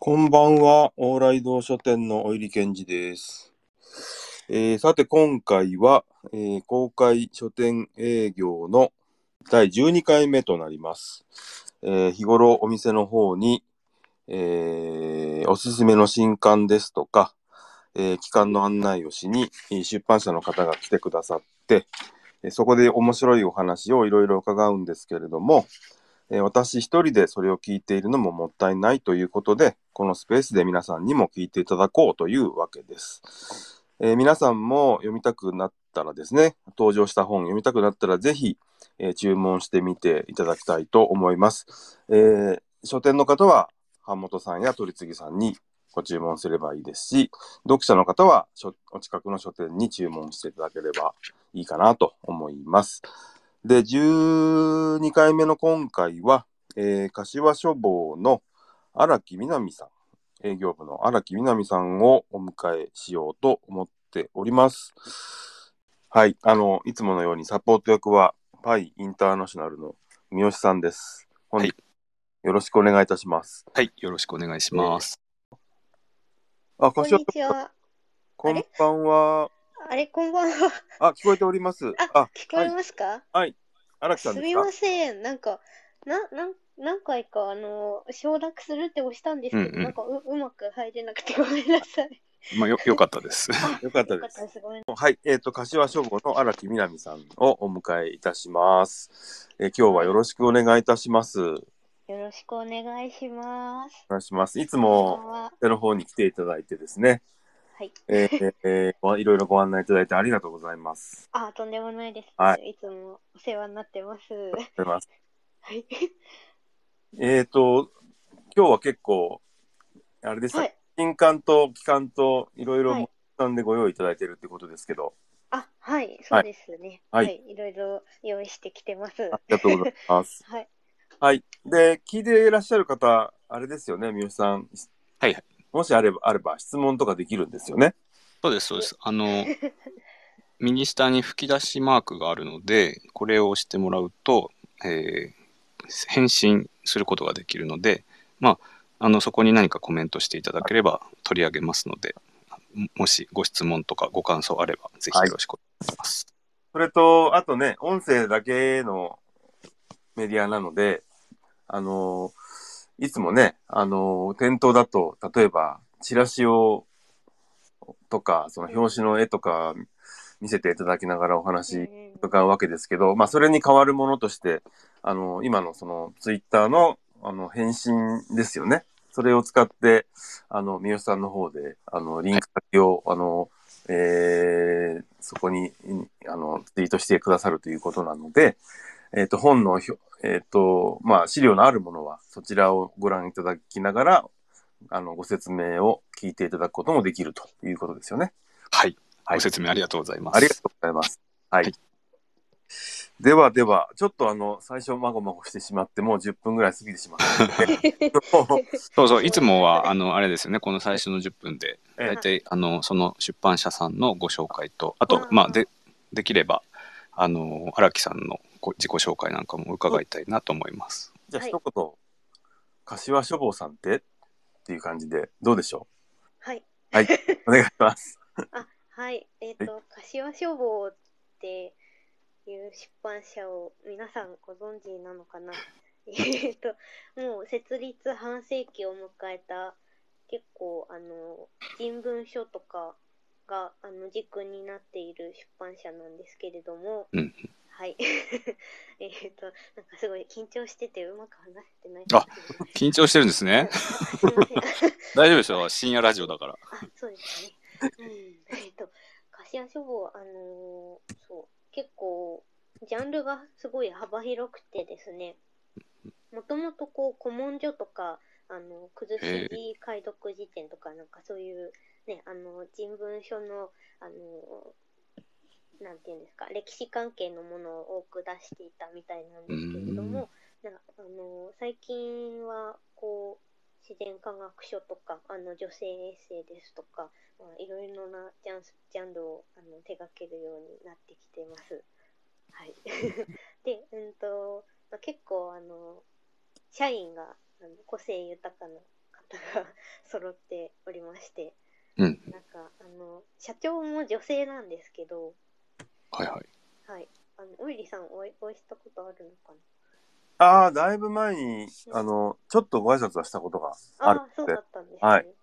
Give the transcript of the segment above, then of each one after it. こんばんは、往来堂書店のお入り健二です。えーさて、今回は、えー公開書店営業の第12回目となります。えー日頃お店の方に、えーおすすめの新刊ですとか、えー期間の案内をしに、えー出版社の方が来てくださって、えーそこで面白いお話をいろいろ伺うんですけれども、えー私一人でそれを聞いているのももったいないということで、このスペースで皆さんにも聞いていただこうというわけです。えー皆さんも読みたくなったらですね、登場した本読みたくなったらぜひ、えー注文してみていただきたいと思います。えー書店の方は、版元さんや取次さんにご注文すればいいですし、読者の方は書お近くの書店に注文していただければいいかなと思います。で、12回目の今回は、えー柏書房の荒木みなみさん、営業部の荒木みなみさんをお迎えしようと思っております。はい、あの、いつものようにサポート役は、パイインターナショナルの三好さんです。本日はいよろしくお願いいたします。はい、よろしくお願いします。あ、こん柏にちは。こんばんは。あれ、こんばんは。あ、聞こえております。ああ、聞こえますか、荒木さすんですみかません。なんか、な、なん、何回か、あの、承諾するって押したんですけど、うんうんなんかう、うまく入れなくてごめんなさい。まあ、よ、よかっ たです。よかったでよかっすた。です。ごめんなはい、えっ、と、柏書房の荒木みなみさんをお迎えいたします。えー今日はよろしくお願いいたします。おさい。よろしくお願いします。願いします。いつこんばも、んは。手の方に来ていただいてですね、はい。えーえーいろいろご案内いただいてありがとうございます。あ、とんでもないです。。はいつもお世話になってます。 ありがとうございますはい。えっ、と、今日は結構、あれでした、はい。新刊と期間といろいろはい盛りだんでご用意いただいてるってことですけど、あ、はい。そうですね。はいいろいろ用意してきてます。ありがとうございます。はい。はい。で、聞いていらっしゃる方、あれですよね、三好さん。はいはいもしあれば、あれば質問とかできるんですよね。そうです、そうです。あの、右下に吹き出しマークがあるので、これを押してもらうと、えー返信することができるので、まあ、あの、そこに何かコメントしていただければ取り上げますので、ももしご質問とかご感想あれば、ぜひよろしくお願いします。それと、あとね、音声だけのメディアなので、あのーいつもね、あのー店頭だと、例えば、チラシを、とか、その表紙の絵とか見せていただきながらおうんう話んうん伺うわけですけど、まあ、それに代わるものとして、あのー今のその、ツイッターの、あの、返信ですよね。それを使って、あの、三好さんの方で、あの、リンク先を、あのえーそこにあのツイートしてくださるということなので、えー、と本のひょ、えーとまあ、資料のあるものはそちらをご覧いただきながらあのご説明を聞いていただくこともできるということですよね。はい。はいご説明ありがとうございます。ありがとうございます。はい。はいではでは、ちょっとあの最初まごまごしてしまってもう10分ぐらい過ぎてしまった のでそうそう、いつもは、あの、あれですよね、この最初の10分で、ええ大体、あの、その出版社さんのご紹介と、あうんと、まあ、で、できれば、あの、荒木さんのご自己紹介なんかも伺いたいなと思います。じゃあはい一言、柏書房さんってっていう感じでどうでしょ はい。うお願いします。はい、えっ、と、柏書房っていう出版社を皆さんご存知なのかな えっと、もう設立半世紀を迎えた結構あの人文書とかがあの軸になっている出版社なんですけれども、うんはい。 えっと、なんかすごい緊張しててうまく話せてないあすいま緊張してるんです ね。せん。大丈夫でしょう深夜ラジオだから。あ、そうですね。うん。えっと、柏書房、あのーそう、結構、ジャンルがすごい幅広くてですね、もともとこう、古文書とか、あの、くずしり解読辞典とか、なんかそういう、ね、あの、人文書の、あのーなんていうんですか、歴史関係のものを多く出していたみたいなんですけれども、なんか、あのー最近は、こう、自然科学書とか、あの女性エッセイですとか、まあ、いろいろなジャンスジャンルをあの手掛けるようになってきてます。 はい、で、うんとまあ、結構あの、社員があの個性豊かな方が 揃っておりまして、うん。なんか、あの、社長も女性なんですけど、はいはい。はい。あの、オイリさんお会いお会いしたことあるのかああ、だいぶ前に、あの、ちょっとご挨拶はしたことがなあるああ、そうってだったんですね。はい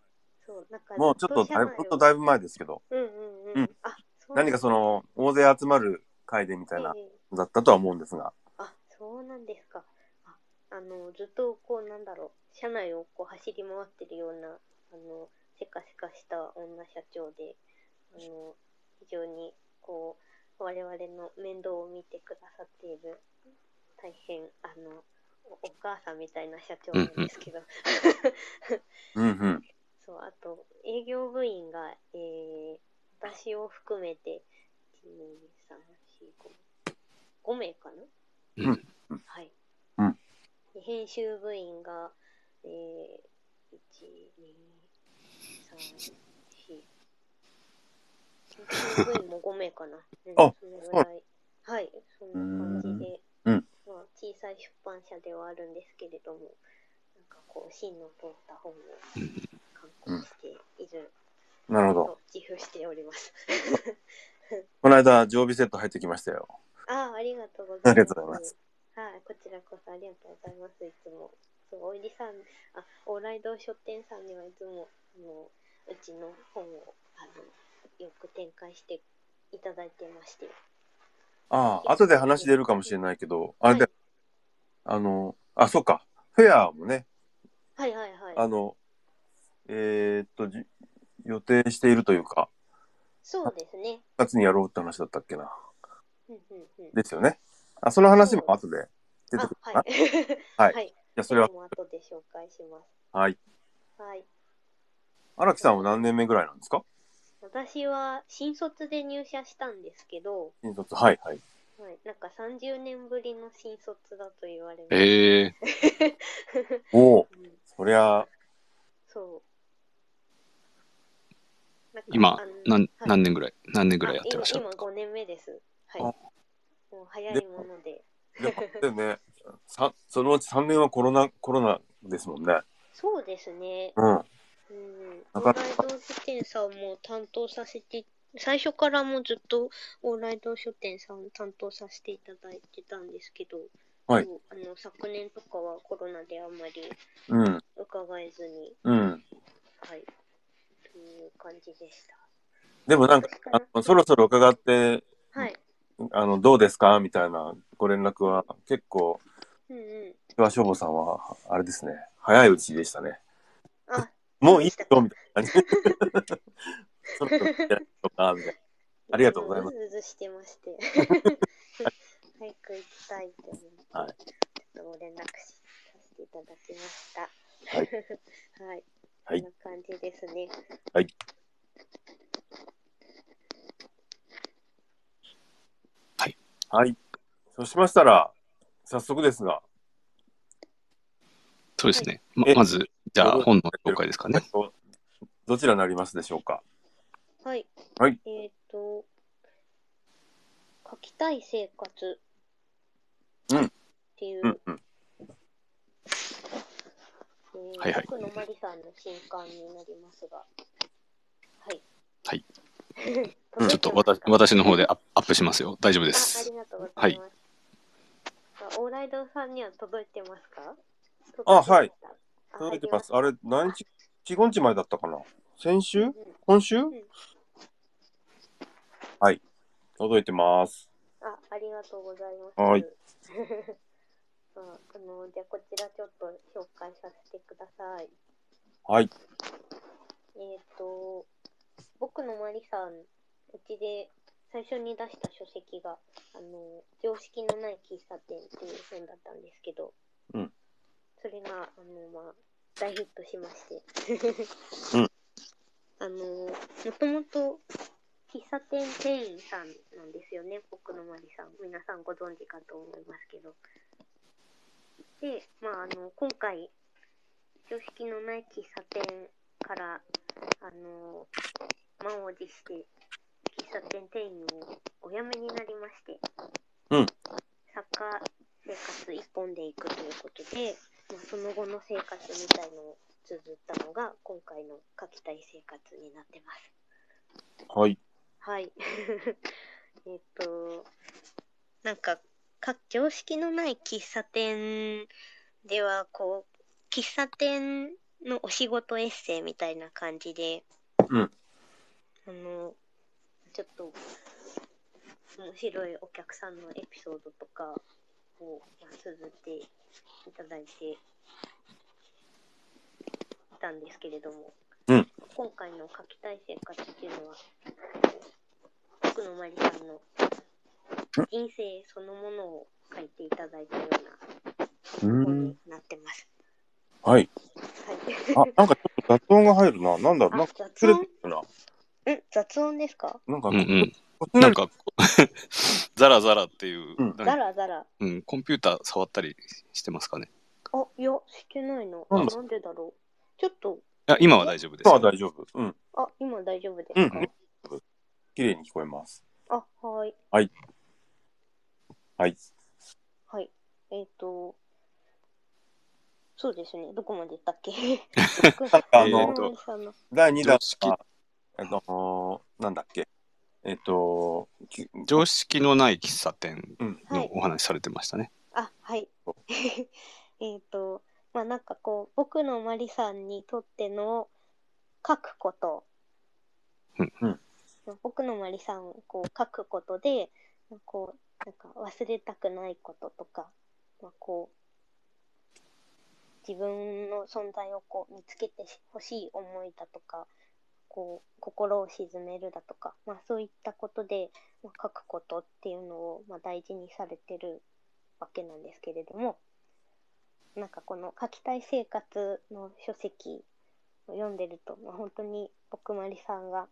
そう、なんか、もうちょっとだいぶ、ほんとだいぶ前で。ですけど、うんうんうん。うんあ、そうなん何だかそ、の、大勢集まる会でみたいな、ええだったとは思うんですが。あ、そうなんですか。あ、あの、ずっとこう、なんだろう、車内をこう走り回ってるような、あの、せかせかした女社長で、あの、非常に、こう、我々の面倒を見てくださっている、大変、あの、おお母さんみたいな社長なんですけど、うんうん。そう、あと、営業部員が、えー、私を含めて、1、2、3、4、5、5名かなうんはい。うんで編集部員が、えー、1、2、3、4、編集部員も5名かな。うんあそのぐらい。はい、そんな感じで、うんうんまあ、小さい出版社ではあるんですけれども、なんかこう、芯の通った本を刊行しているなるほど。と自負しております。 この間、常備セット入ってきましたよ。ああ、ありがとうございます。ありがとうございます。はい、こちらこそありがとうございます。いつも。そう、おいりさん、あ、往来堂書店さんにはいつも、あの、うちの本を、あの、よく展開していただいてまして。ああ、後で話出るかもしれないけど、あれはで、あの、あ、そっか、フェアもね、はいはいはいはあい。の、えーっと、じ予定しているというか、そうですね。 2月にやろうって話だったっけな。うんうんうん。ですよね。あ、その話も後で出てあくるかな。、はいは。はい いはい。や、そそれれは、はも後で紹介しまはい。す。はい。荒、木さんは何年目ぐらいなんですか私は新卒で入社したんですけど、新卒。はい、はい。はい、なんか30年ぶりの新卒だと言われます。ええおお、うん、そりゃ、そう。なんか今あの何、はい何年ぐらい何年ぐらいやってらっしゃるあ今今5年目です。はい。あもう早いもので。でも、でね、 さそのうち3年はコロナ、コロナですもんね。そうですね。うん。うん。なオーかなラかイド書店さんも担当させて、最初からもうずっとオーライド書店さん担当させていただいてたんですけど、はいそうあの昨年とかはコロナであんまりうん。伺えずに、うん。はい。という感じでした。でもなんか、あのそろそろ伺って、はい。あの、どうですかみたいなご連絡は、結構、うんうん。千葉消防さんは、あれですね、早いうちでしたね。あ、。もういいよ、みたいな。そろそろやるのか、みたいな。ありがとうございますうずうずしてまして。 早く行きたいって思って、はいちょっとご連絡しさせていただきました。。はい はい。はいこんな感じですね。はい。はい。そうしましたら、早速ですが、そうですね。えままず、じゃあどう本の紹介ですかね。どちらになりますでしょうか。はい。はい。えっ、と、書きたい生活。うんっていう、うんうん。えーはいはい奥野真理さんの新刊になりますが。はい。はい 届いてますか。ちょっと私私の方でアップアップしますよ。大丈夫でああすり。がとうございます。オーライドさんには届いてますかあはい。届届いいててまますす。あれ、何日、4、5日前だったかな。先か。週今週んはい。届いてます。あ、ありがとうございます。はい ああの、じゃあこちらちょっと紹介させてください。はい。えっ、と、僕のマリさん、うちで最初に出した書籍が、あの、常識のない喫茶店っていう本だったんですけど、うんそれが、あの、まあ、大ヒットしまして。うん あの、もともと、喫茶店店員さんなんですよね、僕のマリさん。皆さんご存知かと思いますけど。で、まあ、あの、今回、常識のない喫茶店から、あの、満を持して、喫茶店店員をお辞めになりまして、うん作家生活一本で行くということで、まあ、その後の生活みたいのを綴ったのが今回の書きたい生活になってます。はい。はい。 えっと、なんか、か常識のない喫茶店では、こう、喫茶店のお仕事エッセイみたいな感じで、うんあの、ちょっと、面白いお客さんのエピソードとかをまあ綴っていただいていたんですけれども、うん今回の書きたい生活っていうのは、奥野まりさんの人生そのものを書いていただいたよううな本んに。なってます。はい。あはい。、なんかちょっと雑音が入るな。なん だろう。なんあか、雑ずれ音てるな。ん雑音ですかなんか、うんうん。こっちなのんか、ザラザラっていう、うんなんザかラザラ。うん、コンピューター触ったりしてますかね。あ、いや、してないの。なあんだなんでだろう。ちょっと、いや、今は大丈夫です今はよ。大丈夫。うん。あ、今大丈夫ですか、うん綺麗に聞こえます。あ、はーい。はい。はい。えっ、と、そうですね。どこまで行ったっけ あえのーっ、と奥野真理さんの第2弾常識は、あのーなんだっけ。えっと、き常識のない喫茶店うん。はいのお話されてましたね。あ、はいそ。 えっと、まあなんかこう、僕のマリさんにとっての書くこと。うんうん僕のマリさんをこう書くことで、まあこう、なんか忘れたくないこととか、まあこう、自分の存在をこう見つけてほしい思いだとか、こう、心を沈めるだとか、まあそういったことで、まあ、書くことっていうのを、まあ、大事にされてるわけなんですけれどもなんかこの「書きたい生活」の書籍を読んでると、まあ、本当に僕まりさんが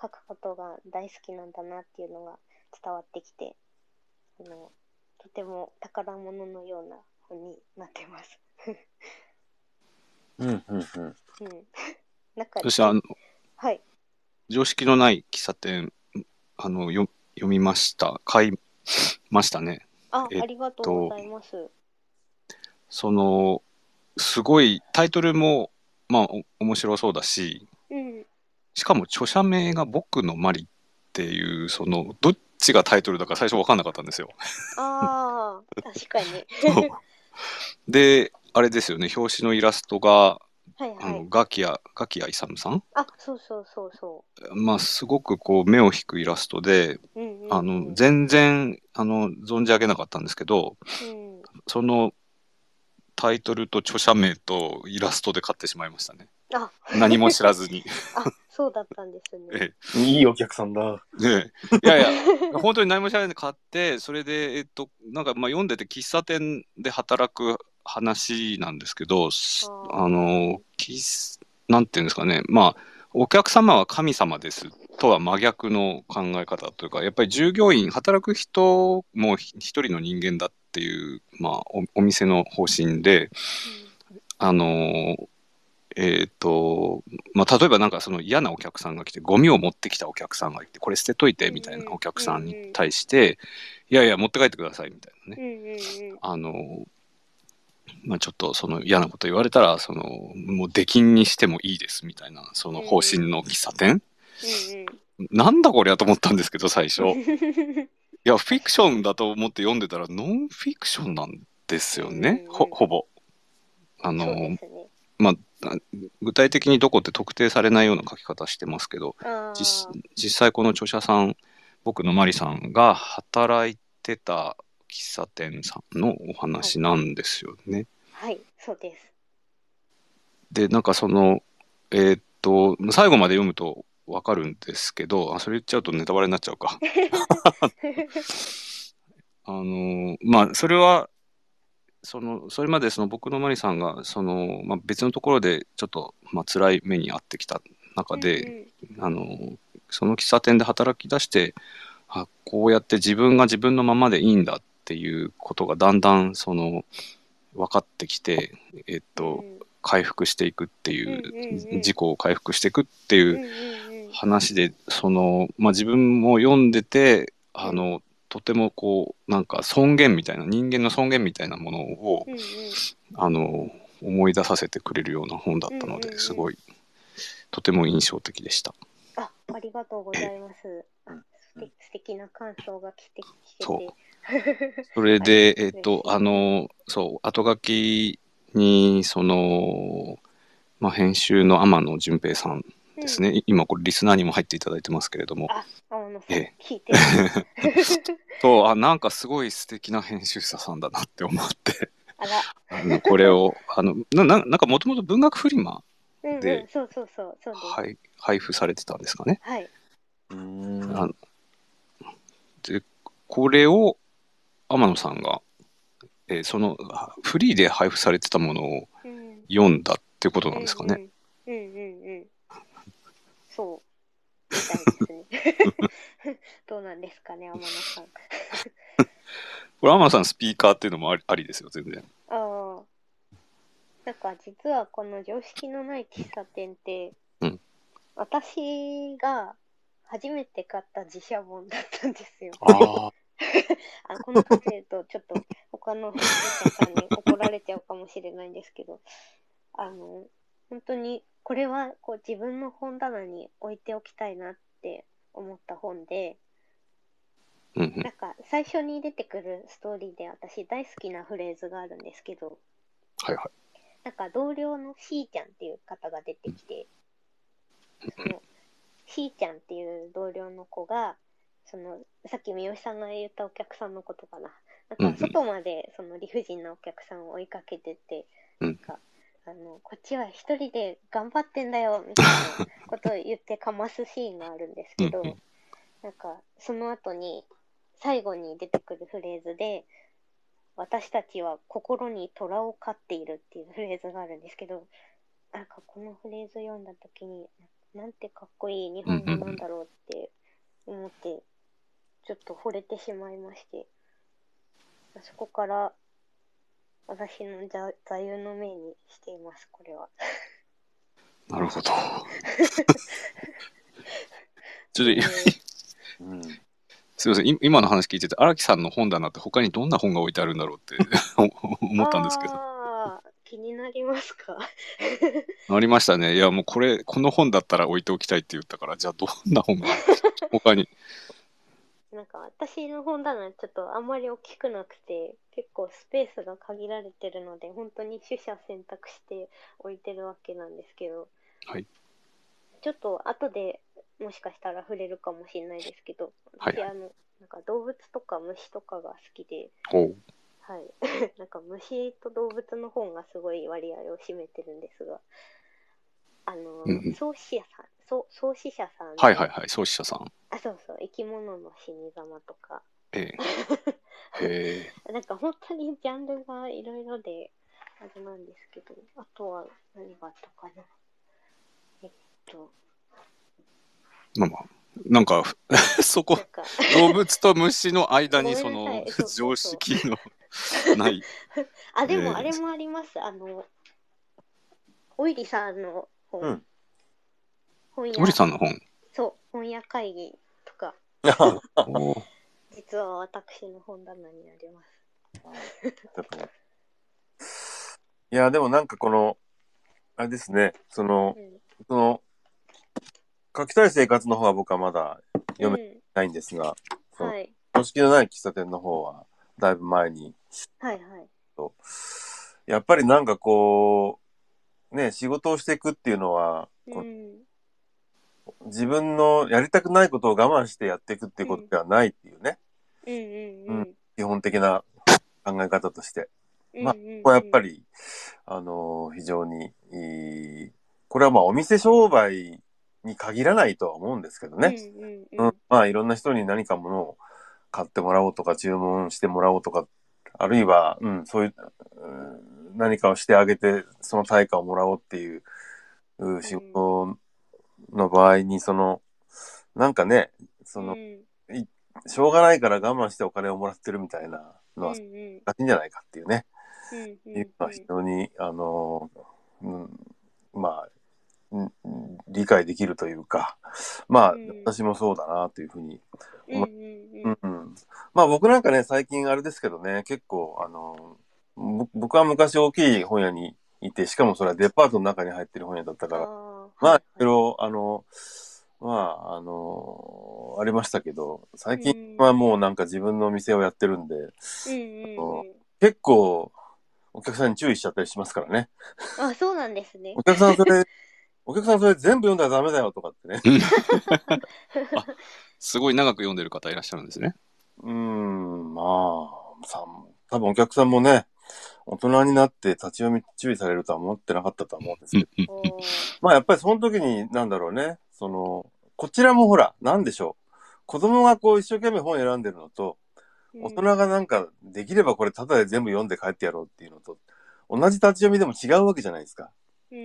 書くことが大好きなんだなっていうのが伝わってきてあのとても宝物のような本になってます。うんうんうん。うん、 中そしてあの、はい常識のない喫茶店、あの、よ読みました。買いましたね。あえっとありがとうございます。その、すごい、タイトルも、まあ、お面白そうだし、うん、しかも著者名が僕のマリっていう、その、どっちがタイトルだか最初分かんなかったんですよ。ああ確かに。で、あれですよね、表紙のイラストが、はいあはの、い。ガキヤ、ガキヤイサムさんあそうそうそうそまあ、すごくこう、目を引くイラストで、う。うんうんうん、あの、全然、あの、存じ上げなかったんですけど、うんその、タイトルと著者名とイラストで買ってしまいましたね。あ何も知らずに。あそうだったんですね。 えいいお客さんだ。えねえ いやいや、本当に何も知らないで買って、それで、えっと、なんか、まあ、読んでて、喫茶店で働く話なんですけど、すあーあの、喫なんていうんですかね、まあ、お客様は神様ですとは真逆の考え方というか、やっぱり従業員、働く人もひ一人の人間だっていう、まあ、おお店の方針で、あの、えっ、と、まあ、例えばなんかその嫌なお客さんが来て、ゴミを持ってきたお客さんがいて、これ捨てといてみたいなお客さんに対して、いやいや、持って帰ってくださいみたいなうね。んうんうん。あの、まあ、ちょっとその嫌なこと言われたら、その、もう出禁にしてもいいですみたいな、その方針の喫茶店、なんだこりゃと思ったんですけど、最 初。うんいうん。や、フィクションだと思って読んでたら、ノンフィクションなんですよね、ほほぼ。あの、そうですね。まあ、な具体的にどこって特定されないような書き方してますけどあ実ー実際この著者さん僕のマリさんが働いてた喫茶店さんのお話なんですよね。はい、そうです。でなんかそのえーっと最後まで読むとわかるんですけどあそれ言っちゃうとネタバレになっちゃう か。あのまあそれはそのそれまでその僕のマリさんがその、まあ、別のところでちょっと、まあ辛い目に遭ってきた中 で、あのその喫茶店で働き出してあこうやって自分が自分のままでいいんだっていうことがだんだんその分かってきて、えっうんうん、と、回復していくっていうんうんううん自己を回復していくっていううんうんうんうん話でその、まあ、自分も読んでてあのとてもこうなんか尊厳みたいな人間の尊厳みたいなものをうんうんあの思い出させてくれるような本だったのうんうんうでんすごいとても印象的でした。あ、ありがとうございます。あ、素敵素敵な感想が来てきてそうて。それで、はいえっと嬉しいあのそう後書きにその、まあ、編集の天野純平さんですね、うん。今これリスナーにも入っていただいてますけれどもあ、青野さんえ、聞いてる。そうあなんかすごい素敵な編集者さんだなって思って あら、あのこれをあのなななんかもともと文学フリマうんう んで、そうそうそう、そうです。はい配布されてたんですかね。はい。うんあのでこれを天野さんが、えーそのあフリーで配布されてたものをうん。読んだってことなんですかね。うんうんうんうんうん。そう。みたいですね。 どうなんです かね、天野さん。これ天野さんスピーカーっていうのもありありですよ全然。ああ。なんか実はこの常識のない喫茶店って、うん私が初めて買った自社本だったんですよ。ああこのこと言うとちょっと他の編集者さんに怒られちゃうかもしれないんですけど、 あの、本当にこれはこう自分の本棚に置いておきたいなって思った本で、うんうんなんか最初に出てくるストーリーで私大好きなフレーズがあるんですけど、はいはなんか同僚のしーちゃんっていう方が出てきて、そのしーちゃんっていう同僚の子が、そのさっき三好さんが言ったお客さんのことかな。なんか外までその理不尽なお客さんを追いかけてて、うんなんかあのこっちは一人で頑張ってんだよみたいなことを言ってかますシーンがあるんですけどうんうん、なんかその後に最後に出てくるフレーズで、私たちは心に虎を飼っているっていうフレーズがあるんですけど、なんかこのフレーズ読んだ時に、なんてかっこいい日本語なんだろうって思って、ちょっと惚れてしまいまして、そこから私の座座右の銘にしています、これは。い。なる ほど。ちょっというん すみませんい今の話聞いてて荒木さんの本棚って他にどんな本が置いてあるんだろうって 思ったんですけどあー気になりますかありましたねいやもうこれこの本だったら置いておきたいって言ったからじゃあどんな本が他 になんか私の本棚ちょっとあんまり大きくなくて結構スペースが限られてるので本当に取捨選択して置いてるわけなんですけど、はいちょっと後でもしかしたら触れるかもしれないですけどはい私、あのなんか動物とか虫とかが好きで、おうはい、 なんか虫と動物の本がすごい割合を占めてるんですがあの、うんうん創始者さんそう創始者さんのはいはいはい創始者さんあそうそう生き物の死に様とかえ えへなんか本当にジャンルがいろいろで、あれなんですけど、あとは何があったかな。えっと、えまあまあなんか そこなんか、動物と虫の間にそごめんのなさいそうそ常うそう識のないあ、でもえーあれもあります。あの、オイリさんの本、うん本屋森さんの本そう、本屋会議とか、おう実は私の本棚にあります。いや、でもなんかこの、あれですね、そのう、ん。その、書きたい生活の方は僕はまだ読めめ、ないんですが、うん、はい。常識のない喫茶店の方は、だいぶ前に、はいはい。やっぱりなんかこう、ね、仕事をしていくっていうのは、うこん。う自分のやりたくないことを我慢してやっていくっていうことではないっていうね、うんうんうん。うん基本的な考え方として。うんまあうんここはやっぱ、り、あのー非常にいいこれはまあお店商売に限らないとは思うんですけどね、うんうんううんん。まあいろんな人に何かものを買ってもらおうとか注文してもらおうとかあるいは、うん、そういう、うん何かをしてあげてその対価をもらおうっていううん仕事の場合にそのなんかねそのうんしょうがないから我慢してお金をもらってるみたいなのはうんうんおかしいんじゃないかっていうね。うんうんいうのはうん非常に、あの、うん、まあ、うんうん理解できるというか、まあ、うん私もそうだなというふうに、うんうんうんうん、うんまあ僕なんかね、最近あれですけどね、結構、あの、ぼ僕は昔大きい本屋にいて、しかもそれはデパートの中に入ってる本屋だったから、あーまあ、はいろいろ、あの、まあ、あの、ありましたけど、最近はもうなんか自分のお店をやってるんで、いうんうんうん。結構、お客さんに注意しちゃったりしますからね。あ、そうなんですねお。客さんそれ、お客さんそれ全部読んだらダメだよとかってね。すごい長く読んでる方いらっしゃるんですね。うーん、まあ、さ多分お客さんもね、大人になって立ち読み注意されるとは思ってなかったとは思うんですけど、うんおーまあやっぱりその時に、なんだろうね、その、こちらもほら、なんでしょう。子供がこう一生懸命本選んでるのと、うん大人がなんか、できればこれタダで全部読んで帰ってやろうっていうのと、同じ立ち読みでも違うわけじゃないですか。ううん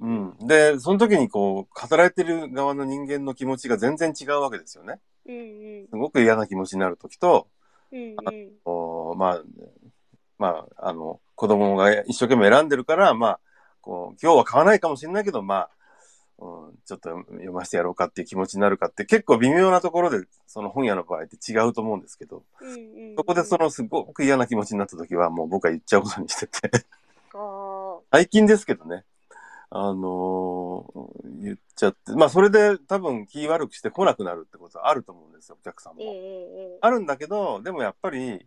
うんん。で、その時にこう、働いてる側の人間の気持ちが全然違うわけですよね。うんうんすごく嫌な気持ちになる時と、うんうんおまあ、まあ、あの、子供が一生懸命選んでるから、まあ、こう、今日は買わないかもしれないけど、まあ、うん、ちょっと読ませてやろうかっていう気持ちになるかって結構微妙なところで、その本屋の場合って違うと思うんですけど、うんうんそこでそのすごく嫌な気持ちになった時はもう僕は言っちゃうことにしてて、 あ最近ですけどね、あのー言っちゃって、まあそれで多分気悪くして来なくなるってことはあると思うんですよ、お客さんもー。ええええあるんだけど、でもやっぱり、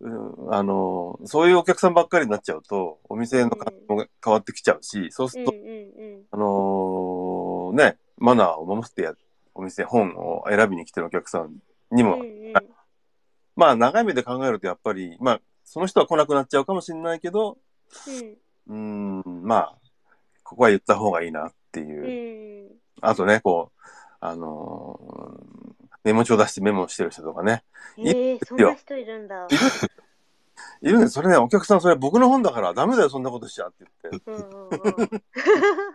うん、あの、そういうお客さんばっかりになっちゃうと、お店の感じも変わってきちゃうし、そうすうるんと、うんあのーね、マナーを守ってや、お店、本を選びに来てるお客さんにうんも、うんまあ長い目で考えるとやっぱり、まあ、その人は来なくなっちゃうかもしれないけど、うーん、まあ、ここは言った方がいいなっていう。うんうんあとね、こう、あのーメモ帳出してメモしてる人とかね、ええそんな人いるんだ。いるんです。それね、お客さん、それ僕の本だからダメだよ、そんなことしちゃって 言って。うんうんうん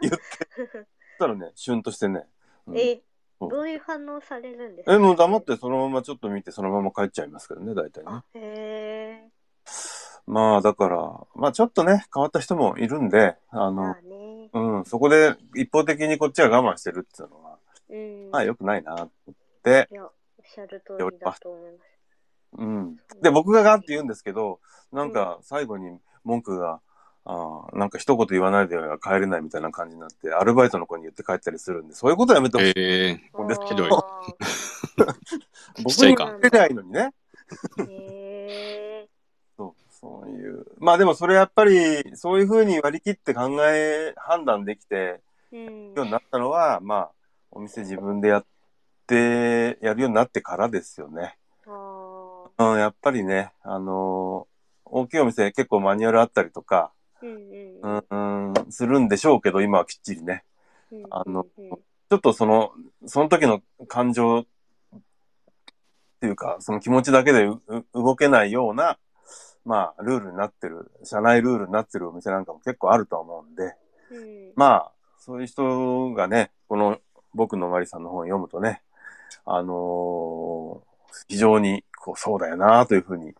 言って。そしたらね、シュンとしてね。うんえ、そうどういう反応されるんですかえ、もう黙っ。てそのままちょっと見て、そのまま帰っちゃいますけどね、大体ねあ。へえ。まあ、だから、まあちょっとね、変わった人もいるんで、あのま、あね。うん、そこで一方的にこっちは我慢してるっていうのは、うん。まあ良くないなと思って、いや、おっしゃる通りだと思いまうん。す。で、僕がガンって言うんですけど、なんか最後に文句が、あーなんか一言言わないでは帰れないみたいな感じになって、アルバイトの子に言って帰ったりするんで、そういうことはやめてほしい。えあーですひどい僕しちゃに言いかっんてないのにね。へえ。そう、そういう。まあでもそれやっぱり、そういうふうに割り切って考え、判断できて、うんようになったのは、まあ、お店自分でやって、やるようになってからですよね。あうん、やっぱりね、あのー大きいお店結構マニュアルあったりとか、ーうんううん、んうんするんでしょうけど、今はきっちりね。うん。あのうんうんちょっとその、その時の感情っていうか、その気持ちだけでうう動けないような、まあ、ルールになってる、社内ルールになってるお店なんかも結構あるとは思うんで、うん。まあ、そういう人がね、この僕のマリさんの本を読むとね、あのー非常に、こう、そうだよなというふうに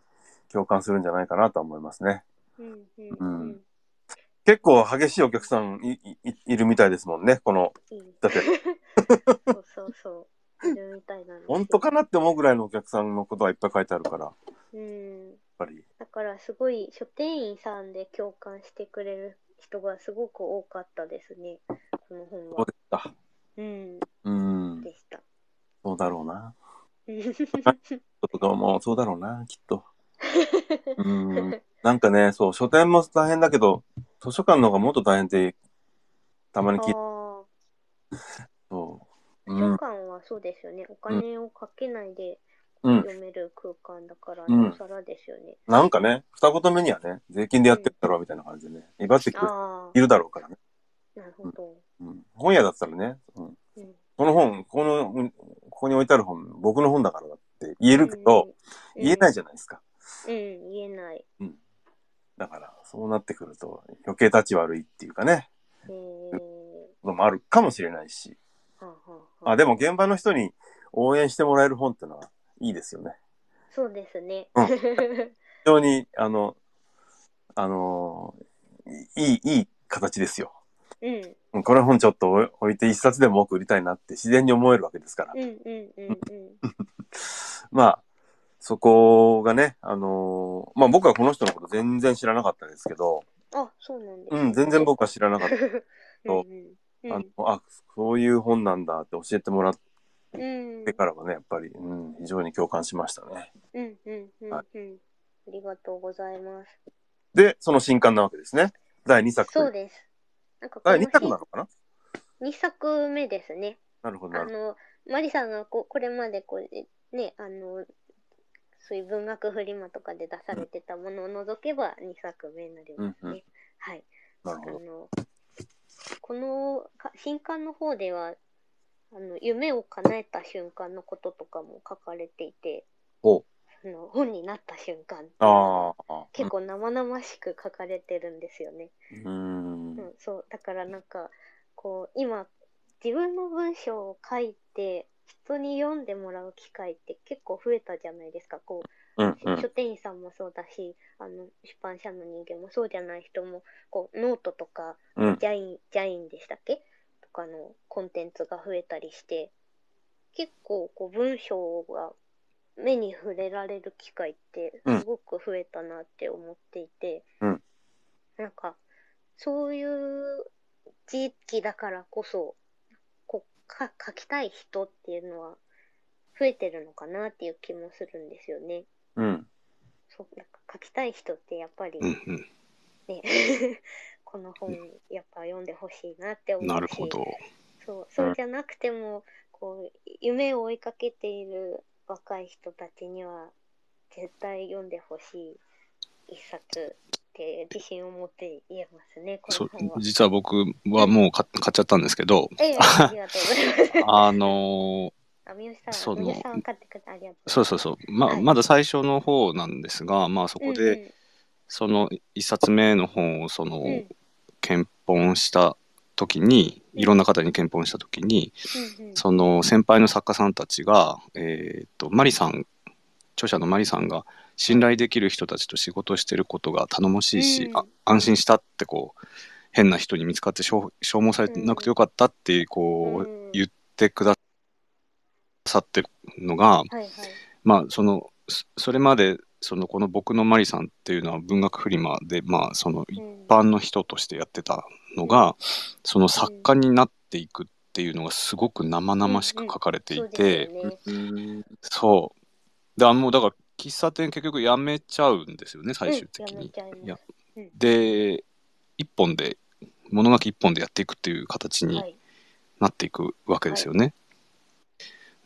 共感するんじゃないかなとは思いますね。うんうんうんうん。結構激しいお客さんいいいいるみたいですもんね、この、いい。 だって、そうそうそう。いるみたいなんですよ本当かなって思うぐらいのお客さんのことはいっぱい書いてあるから、やっうん。ぱり。だからすごい書店員さんで共感してくれる人がすごく多かったですね。この本そうは。でした。うん。うん。でした。そうだろうな。 うとかもうそうだろうな、きっと。 うん。なんかね、そう、書店も大変だけど、図書館の方がもっと大変って、たまにあ聞いて、あ。そう。図う書ん。館はそうですよね。お金をかけないでうん。読める空間だから、うんなおさらですよね。なんかね、二言目にはね、税金でやってるだろうみたいな感じでね、威張ってくる人あいるだろうからね。あ、なるほど。うん。本屋だったらね、うん、うんこの本、この、うんここに置いてある本、僕の本だからだって言えるけど、言えないじゃないですか。ゃん。うん、言えない。だから、そうなってくると、余計立ち悪いっていうかね、えー、こともあるかもしれないし。はあはあはあ、でも現場の人に応援してもらえる本ってのはいいですよね。 そうですね。うんう非常に、あの、あの、いいい、いい形ですよ。ん、うんこの本ちょっと置置いて一冊でも多く売りたいなって自然に思えるわけですから。うん、うん、うん、うん。まあ、そこがね、あのーまあ僕はこの人のこと全然知らなかったですけど、あ、そうなんです、うん、全然 僕は知らなかった。うんうんうあんのあ、そういう本なんだって教えてもらっうんてからはね、やっぱり、うん、非常に共感しましたね。うんうんうんうんありがとうございます。で、その新刊なわけですね。第2作といそうです。なんかこ第の2作なのかな二作目ですね。なるほど、なあるほど。の、マリさんがここれまでこう、ね、あの、そういう文学フリマとかで出されてたものを除けば2作目になりますうんうね。はい。なあるほど。の、このか新刊の方では、あの、夢を叶えた瞬間のこととかも書かれていて、ほうあの本になった瞬間っていうのがああ、結構生々しく書かれてるんですよね。うん。うん、そうだからなんかこう今自分の文章を書いて人に読んでもらう機会って結構増えたじゃないですかこう、うん、うん。書店員さんもそうだしあの出版社の人間もそうじゃない人もこうノートとかうんジャインジャインでしたっけとかのコンテンツが増えたりして結構こう文章が目に触れられる機会ってうんすごく増えたなって思っていて、うんなんかそういう時期だからこそこうか書きたい人っていうのは増えてるのかなっていう気もするんですよね。うん。そうなんか書きたい人ってやっぱり、うんうんね、 この本やっぱ読んでほしいなって思うしなるほど。そうそうじゃなくてもこう夢を追いかけている若い人たちには絶対読んでほしい一冊って自信を持って言えますねこそのう本は。実は僕はもう買買っちゃったんですけど、ええ、 ありがとうございます。あのーあ、みよしさそん、のみよしさん買ってくれてありがとうそうそうそう、まはいまだ最初の方なんですが、まあそこで、んその一冊目の本をその、うんうん検本した時にうんいろんな方に検本した時に、うんうんその先輩の作家さんたちが、えー、とマリさん著者のマリさんが信頼できる人たちと仕事してることが頼もしいし、うんあ安心したってこう変な人に見つかって消消耗されてなくてよかったってこう、言っうんてくださってるのが、はいはい。まあそのそそれまでそのこの僕のマリさんっていうのは文学フリマでまあその一一般の人としてやってたのが、その作家になっていくっていうのがすごく生々しく書かれていて、うんうんそうですよねうん。そうだもうだから喫茶店結局やめちゃうんですよね最終的うんやめに。ちゃいますいやで一本で物書き一本でやっていくっていう形にはいなっていくわけですよね。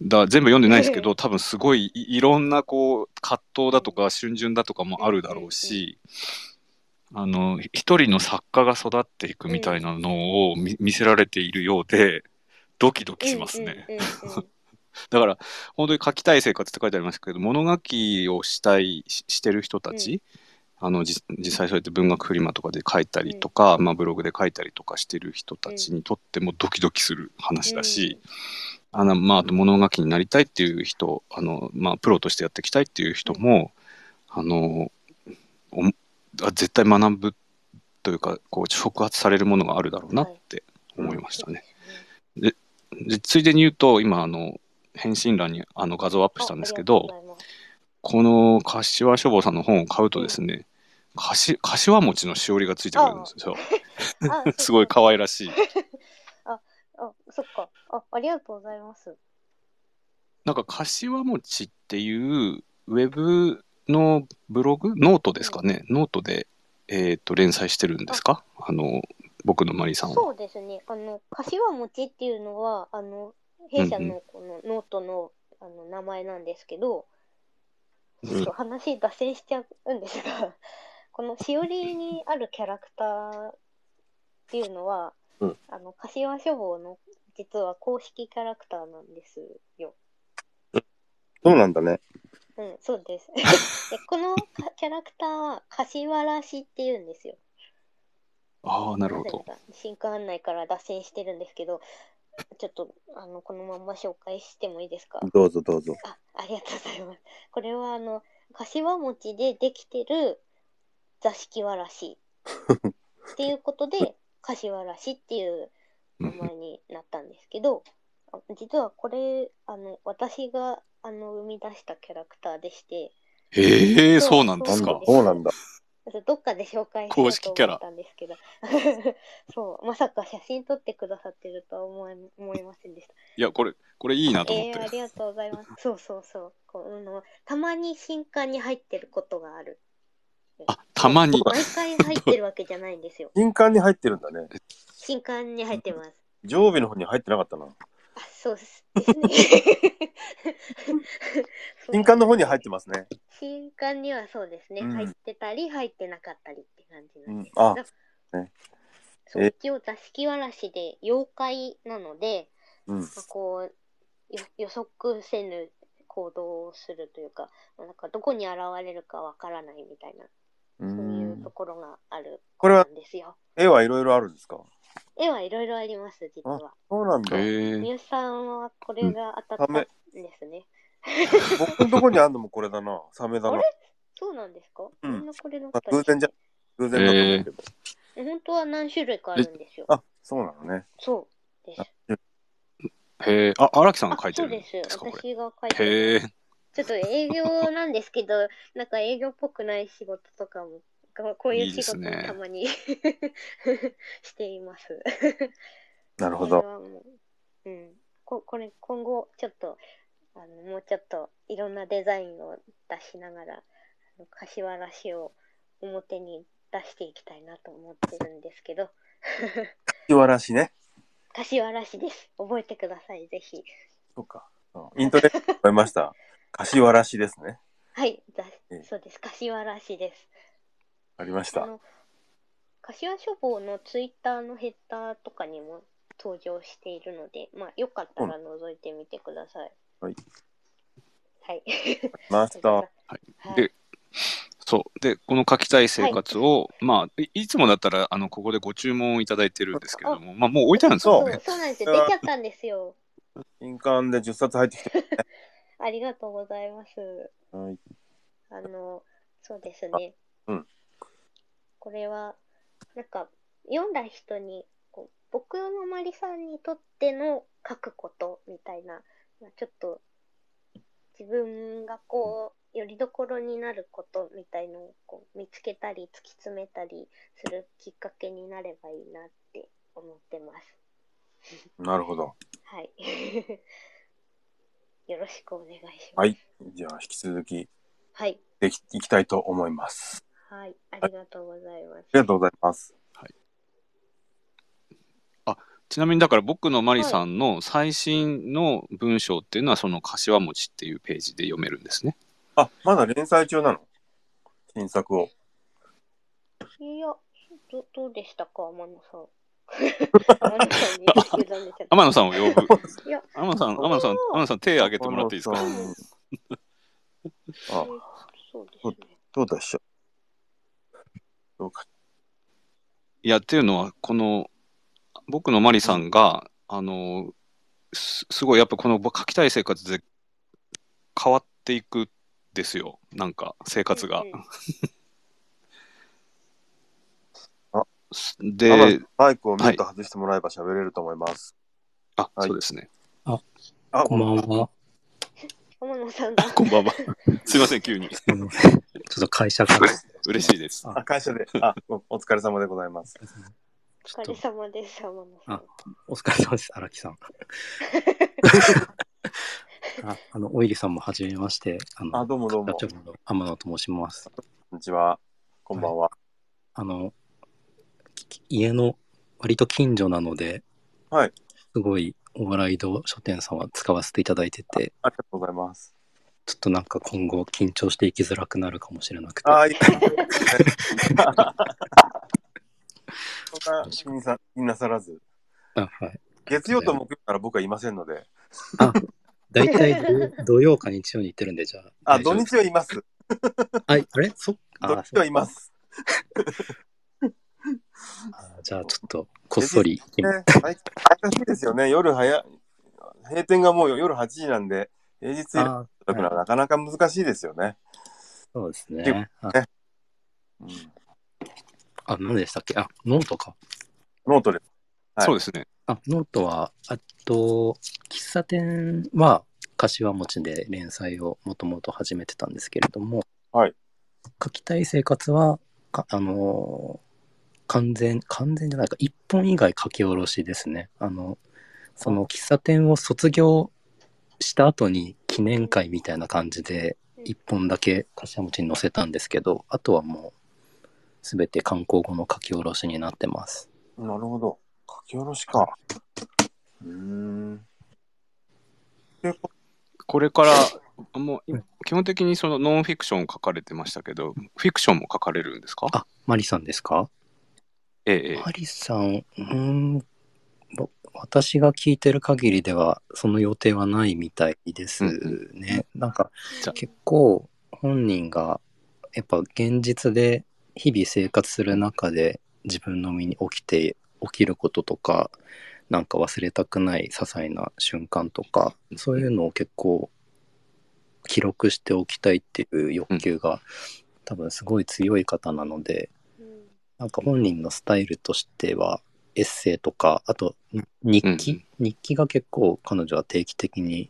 だから全部読んでないですけど多分すごいいいろんなこう葛藤だとか春巡だとかもあるだろうし、あの一人の作家が育っていくみたいなのを見見せられているようでドキドキしますね。うんうんうんうんだから本当に書きたい生活って書いてありますけど物書きをしたいししてる人たち、あのじ実際そうやって文学フリマとかで書いたりとか、まあ、ブログで書いたりとかしてる人たちにとってもドキドキする話 だし、あのまあ、あと物書きになりたいっていう人あの、まあ、プロとしてやっていきたいっていう人も、あのおもあ絶対学ぶというかこう触発されるものがあるだろうなって思いましたね。でついでに言うと今あの返信欄にあの画像をアップしたんですけどあありがとうございますこの柏書房さんの本を買うとですね、かし柏餅のしおりがついてくるんですよ。あ すごい可愛らしい。あ、そっか。あ、ありがとうございます。なんか柏餅っていうウェブのブログノートですかね、ノートで、えー、と連載してるんですかあの僕のマリさんは。そうですね。あの、柏餅っていうのは、あの、弊社のこのノートの,、あの名前なんですけど、ちょっと話脱線しちゃうんですが、 このしおりにあるキャラクターっていうのは、うんあの、柏書房の実は公式キャラクターなんですよ。そうなんだね。うん、そ うです。で、このキャラクターは、柏らしっていうんですよ。ああなるほなぜど。か新刊案内から脱線してるんですけど、ちょっと、あの、このまま紹介してもいいですかどうぞどうぞ。あ、ありがとうございます。これは、あの、柏餅でできてる座敷わらし。っていうことで、柏らしっていう名前になったんですけど、あ実はこれ、あの、私があの生み出したキャラクターでして、へえ、そうなんでなんすだか。そうなんだ。どっかで紹介公式しようキャと思ラったんですけど、 そう、まさか写真撮ってくださってるとは思い思いませんでした。いや、これ、これいいなと思っえーあて。りがとうござい ます。そうそうそう。こうあのたまに新刊に入ってることがある。あ、たまに。毎回入ってるわけじゃないんで すよ。新刊に入ってるんだね。新刊に入ってます。常備の方に入ってなかったな。あ、そうですね。 新刊の方に入ってますね。新刊にはそうですね、うん入ってたり入ってなかったりって感じうなんんで、、あ、そうえ一応座敷わらしで妖怪なので、うん。まあこうよ予測せぬ行動をするというか、まあなんかどこに現れるかわからないみたいなうそういうんところがあるこれなはんですよ。絵はいろいろあるんですか絵はいろいろあります実は。そうなんだ。へえ。みゆさんはこれが当たったんですね。僕のとこにあるのもこれだな。サメだあなれ。そうなんですか？うんみんなこれだっまあた偶然じゃゃ。偶然だと思うけど。本当は何種類かあるんですよ。あ、そうなのね。そうです。へえ。あ、荒木さんあが書いてそるうんですです。か、こ私が書いれ。てる。へえ。ちょっと営業なんですけど、 なんか営業っぽくない仕事とかも、ここういう仕事もいいですねたまに しています。なるほこどれ。はもう。うん。ここれ、今後、ちょっと、あの、もうちょっと、いろんなデザインを出しながら、あの柏らしを表に出していきたいなと思ってるんですけど、岩らしね。柏らしです。覚えてください、ぜひ。そうか。うんイントネーション聞こえました。柏らしですね。はい、だええそうです。柏らしです。ありましあた。の、柏書房のツイッターのヘッダーとかにも登場しているので、まあ、よかったら覗いてみてください。はい。はい。マ スター。はいでそう。で、この書きたい生活を、まあ、いいつもだったら、あの、ここでご注文をいただいてるんですけれども、まあ、もう置いてあるんですそようね。そうなんですよ。出ちゃったんですよ。新刊で10冊入ってきて。ありがとうございます。はい。あの、そうですね。うんこれは、なんか、読んだ人に、こう僕のまりさんにとっての書くことみたいな、まあちょっと、自分がこう、よりどころになることみたいのをこう見つけたり、突き詰めたりするきっかけになればいいなって思ってます。なるほど。はい。 よろしくお願いします。はい。じゃあ、引き続き、はい。でき、いきたいと思います。はい。ありがとうございます。ありがとうございます。ちなみに、だから僕のマリさんの最新の文章っていうのは、その柏餅っていうページで読めるんですね。あ、まだ連載中なの新作を。いや、どどうでしたか、天野 さん。天野さんに委ねちゃった。天野さんを呼ぶ。いや、天野さん、天野さん、天野さん、手挙げてもらっていいですかあのさんあ、そうですね。どうでしょう。どうか。いや、っていうのは、この、僕のマリさんが、あの、すすごい、やっぱこの書きたい生活で変わっていくんですよ。なんか、生活がうんうん。天野さすでん、マイクをミュート外してもらえば喋れると思います。あ、はいそうですね。 あ、こんばんは。天野さんだあ。こんばんは。 すいません、急 に。あのちょっと会社から。嬉しいです。あ、会社で。あ、おお疲れ様でございます。ちおょっ疲れと様です、天野さんあ。お疲れ様です、荒 木さん。ああの、おいりさんもはじめまして。あの、あ、どうもどうも。課長の天野と申します。こんにちは。こんばんは。あの、き家の割と近所なので、はい。すごいお笑い堂書店さんは使わせていただいてて、ありがとうございます。ちょっとなんか今後緊張していきづらくなるかもしれなくて。あ、いいですね。そんな気にさ気になさらず。あはい。月曜と木曜から僕はいませんので。あ、大体土土曜か日曜に行ってるんで、じゃあ。あ、大丈土夫日はいます。ああれそっ土か。日はいます。あじゃあちょっとこっそり行きねま、はい難しいですよね。夜早い、閉店がもう夜8時なんで、平日す。行あくのはなかなか難しいですよね。そうですね。あうん、あ、何でしたっけあ、ノートか。ノートで。はいそうですね。あ、ノートは、あと、喫茶店は柏餅で連載をもともと始めてたんですけれども、はい書きたい生活は、かあのー完全、完全じゃないか、一本以外書き下ろしですね。あの、その喫茶店を卒業した後に記念会みたいな感じで、一本だけ柏餅に載せたんですけど、あとはもう、すべて観光後の書き下ろしになってます。なるほど。書き下ろしか。うーん。で、ここれから、もう今基本的にそのノンフィクションを書かれてましたけど、フィクションも書かれるんですかあ、マリさんですかええええマリさん、うーん、ぼ私が聞いてる限りでは、その予定はないみたいですね。なんか、じゃ結構、本人が、やっぱ現実で日々生活する中で、自分の身に起きて、起きることとか、なんか忘れたくない些細な瞬間とか、そういうのを結構、記録しておきたいっていう欲求が、多分すごい強い方なので、うんなんか本人のスタイルとしては、エッセイとか、あとに日記、日記が結構彼女は定期的に、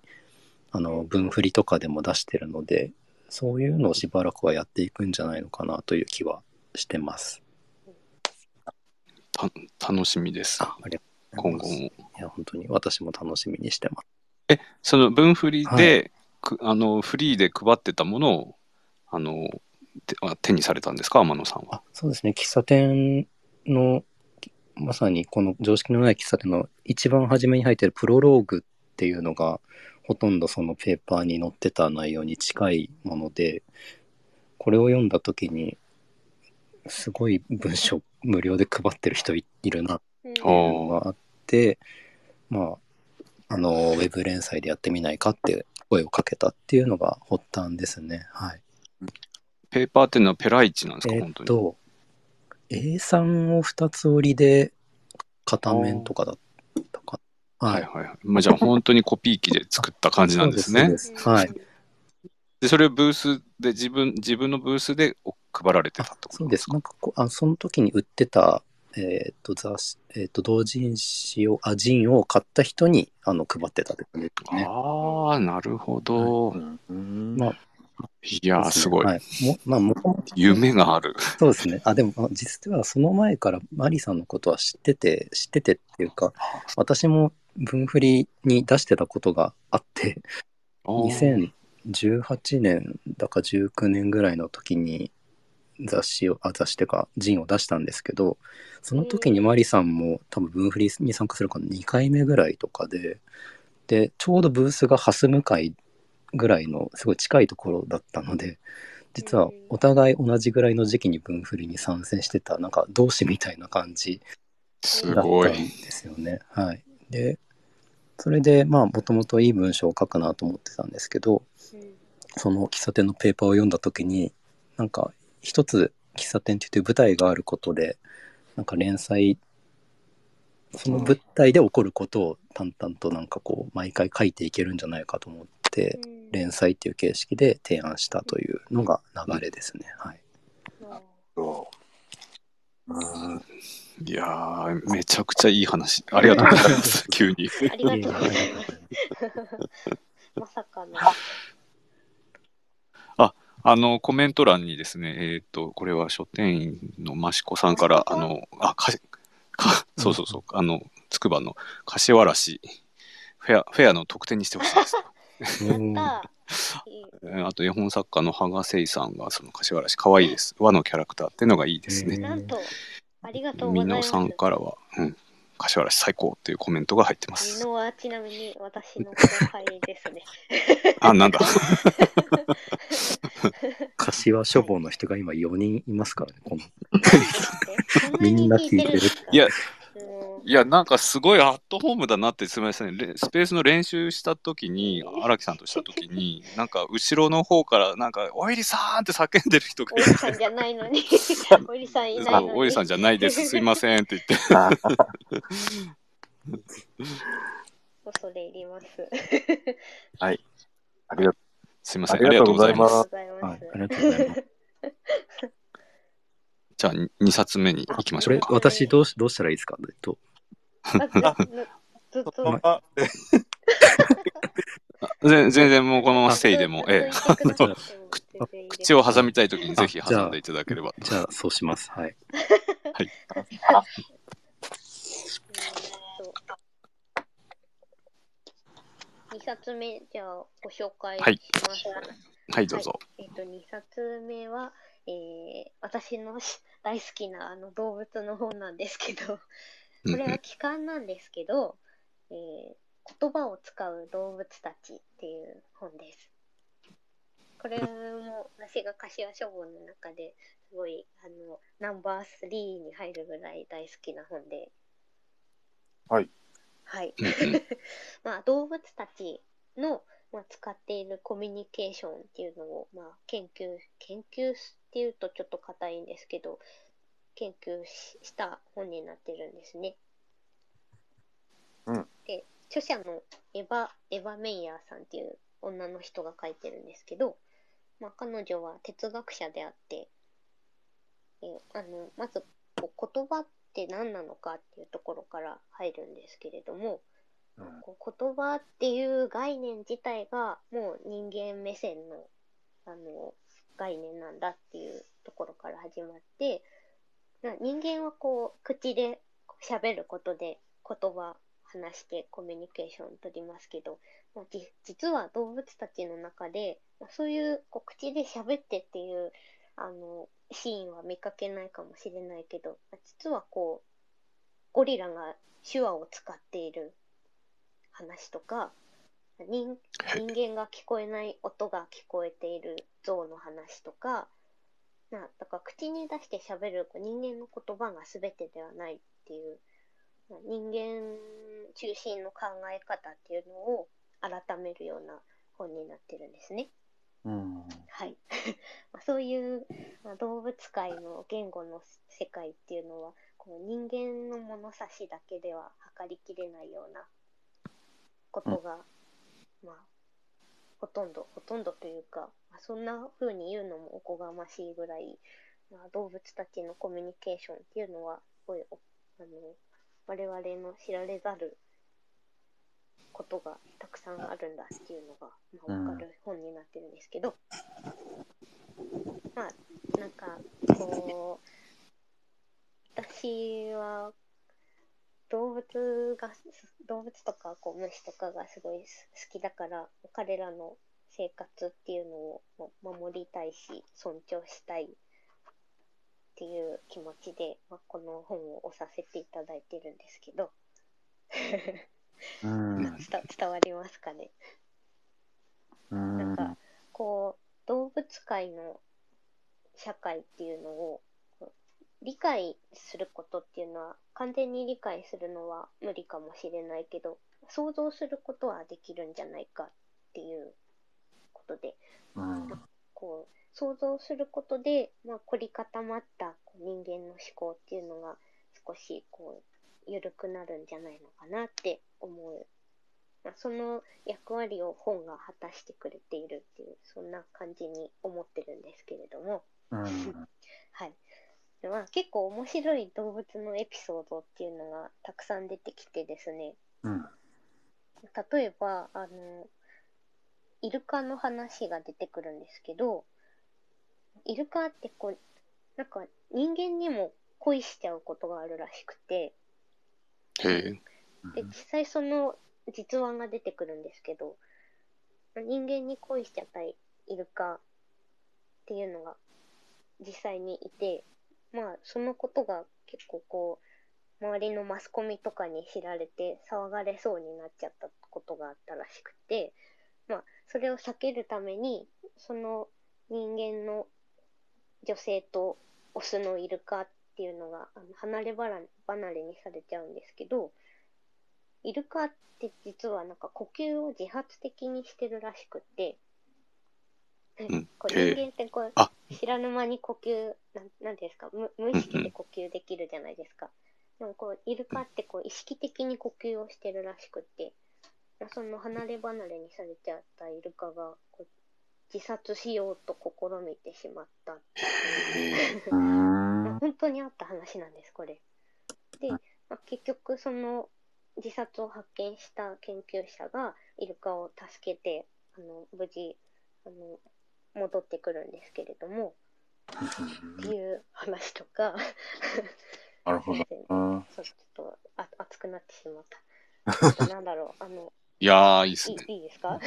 あの、文振りとかでも出してるので、そういうのをしばらくはやっていくんじゃないのかなという気はしてます。た楽しみです。あありがとう今ござ後います。も。いや、本当に私も楽しみにしてます。その分振りはで、くあのフリーで配ってたものをあのてあ手にされたんですか天野さんは。あ、そうですね。喫茶店の、まさにこの常識のない喫茶店の一番初めに入ってるプロローグっていうのが、ほとんどそのペーパーに載ってた内容に近いもので、これを読んだ時に、すごい文章無料で配ってる人いいるなってうんあーいうのがあって、まあ、あの、ウェブ連載でやってみないかって声をかけたっていうのが発端ですね。はい。ペーパーっていうのはペライチなんですか、え本ー当っに。と、A3 を2つ折りで片面とかだったかな。はい。はいはい。まあ、じゃあ本当にコピー機で作った感じなんですそうね。ですそうですはい。でそれをブースで自分自分のブースでお配られてたってことそなうんでですす。か。なんかこうあ、その時に売ってた、えーっと、雑誌、えーっと、同人誌を、あ、ジンを買った人に、あの、配ってたってことですね。ああなるほど。ううんまあい、やーすごい、はい。も、まあ、もともと夢がある。そうですね。あ、でも、あ実はその前からマリさんのことは知ってて、知っててっていうか、私も文振りに出してたことがあって、2018年だか19年ぐらいの時に雑誌をあ雑誌てかジンを出したんですけどその時にマリさんも多分ブンフリに参加するかの2回目ぐらいとかででちょうどブースがハス向かいぐらいのすごい近いところだったので実はお互い同じぐらいの時期にブンフリに参戦してたなんか同志みたいな感じすだっごたんい。ですよね。はい、でそれでまあもともといい文章を書くなと思ってたんですけどうんその喫茶店のペーパーを読んだ時になんか一つ喫茶店っていう舞台があることでなんか連載その舞台で起こることを淡々となんかこう毎回書いていけるんじゃないかと思ってうん連載っていう形式で提案したというのが流れですね。はい、あそううんいやーめちゃくちゃいい話。ありがとうござい ます。急に。ありがとうございます。まさかの。あの、コメント欄にですね、えっ、と、これは書店員の益子さんから、あの、あ、か、か、そうそうそう、あの、つくばの柏らし、フェア、フェアの特典にしてほしいです。うんあうんあと、絵本作家の羽賀誠さんが、その柏らし、可愛いです。和のキャラクターってのがいいですね。なんと、ありがとうござ美いま濃す。さんからは、うん、柏らし最高っていうコメントが入ってま美す。濃はちなみに私の後輩ですね。あ、 なんだ。柏書房の人が今4人いますからね。このみみんんなな聞いて聞いてるんるですかいや、うんいや、なんかすごいアットホームだなって、すみません、れスペースの練習したときに、荒木さんとしたときに、なんか後ろの方から、なんか、おいりさーんって叫んでる人がおいじて、さんじゃないのに、おじさんいないのそうに。おいりさんじゃないです、すいませんって言って、恐れ入ります。ありがとすいません、あありりががととううごござざいいま。ますすありがとうごはざい、まいありがとうございます。じゃあ、2冊目に行きましこょうれか。私どうしどうしたらいいですか、えっと、す。あずずずっう。そのとままぜ全然もうこのままステイでも、ええ、あの口を挟みたいときにぜひ挟んでいただければ。じゃあ、そうします。はい。 2冊目、じゃあご紹介しはいます。はい、どうぞ。えっと、2冊目は、えー私のし大好きなあの動物の本なんですけど、こうんれは期間なんですけど、えー言葉を使う動物たちっていう本です。これも私が柏書房の中ですごいあのナンバー3に入るぐらい大好きな本で。はい。はい。うんうん まあ、動物たちの、まあ、使っているコミュニケーションっていうのを、まあ、研究、研究すっていうとちょっと硬いんですけど、研究しした本になってるんですね。うんで、著者のエヴァ、エヴァ・メイヤーさんっていう女の人が書いてるんですけど、まあ、彼女は哲学者であって、えーあの、まず、こう言葉って何なのかっていうところから入るんですけれども、こう言葉っていう概念自体がもう人間目線のあの概念なんだっていうところから始まってな人間はこう口で喋ることで言葉話してコミュニケーション取りますけど、まあ、じ実は動物たちの中で、まあ、そういうこう口で喋ってっていうあのシーンは見かけないかもしれないけどまあ実はこうゴリラが手話を使っている話とか人人間が聞こえない音が聞こえている像の話とかなだから口に出して喋る人間の言葉が全てではないっていうまあ人間中心の考え方っていうのを改めるような本になってるんですね。うん。はい、 まあそういう、まあ、動物界の言語の世界っていうのはこう人間の物差しだけでは測りきれないようなことが、まあ、ほとんどほとんどというか、まあ、そんな風に言うのもおこがましいぐらい、まあ、動物たちのコミュニケーションっていうのはすごいおあの我々の知られざることがたくさんあるんだっていうのが、まあ、分かる本になってるんですけど、まあなんかこう私は動物が動物とかこう虫とかがすごいす好きだから彼らの生活っていうのをま守りたいし尊重したいっていう気持ちで、まあ、この本を押させていただいてるんですけど うん。伝伝わりますかねなんかこう動物界の社会っていうのをこう理解することっていうのは完全に理解するのは無理かもしれないけど想像することはできるんじゃないかっていうことでこう想像することで、まあ、凝り固まったこう人間の思考っていうのが少しこう緩くなるんじゃないのかなって思う、まあ、その役割を本が果たしてくれているっていうそんな感じに思ってるんですけれども、はいでまあ、結構面白い動物のエピソードっていうのがたくさん出てきてですね例えばあのイルカの話が出てくるんですけどイルカってこうなんか人間にも恋しちゃうことがあるらしくてへえ。で実際その実話が出てくるんですけど人間に恋しちゃったイルカっていうのが実際にいてまあそのことが結構こう周りのマスコミとかに知られて騒がれそうになっちゃったことがあったらしくてまあそれを避けるためにその人間の女性とオスのイルカっていうのがあの離れ離れ離れにされちゃうんですけど、イルカって実はなんか呼吸を自発的にしてるらしくって、んこうへえ人間ってこうあ知らぬ間に呼吸なんなんていうんですか無無意識で呼吸できるじゃないですか、でもこうイルカってこう意識的に呼吸をしてるらしくってその離れ離れにされちゃったイルカがこう自殺しようと試みてしまったへえ。まあ本当にあった話なんです、これ。で、まあ、結局、その自殺を発見した研究者がイルカを助けて、あの無事あの戻ってくるんですけれどもっていう話とかなるほすいどませんな。そうちょっとあ熱くなってしまった。あとなんだろうあのいやー、いいっすね。いいいいですか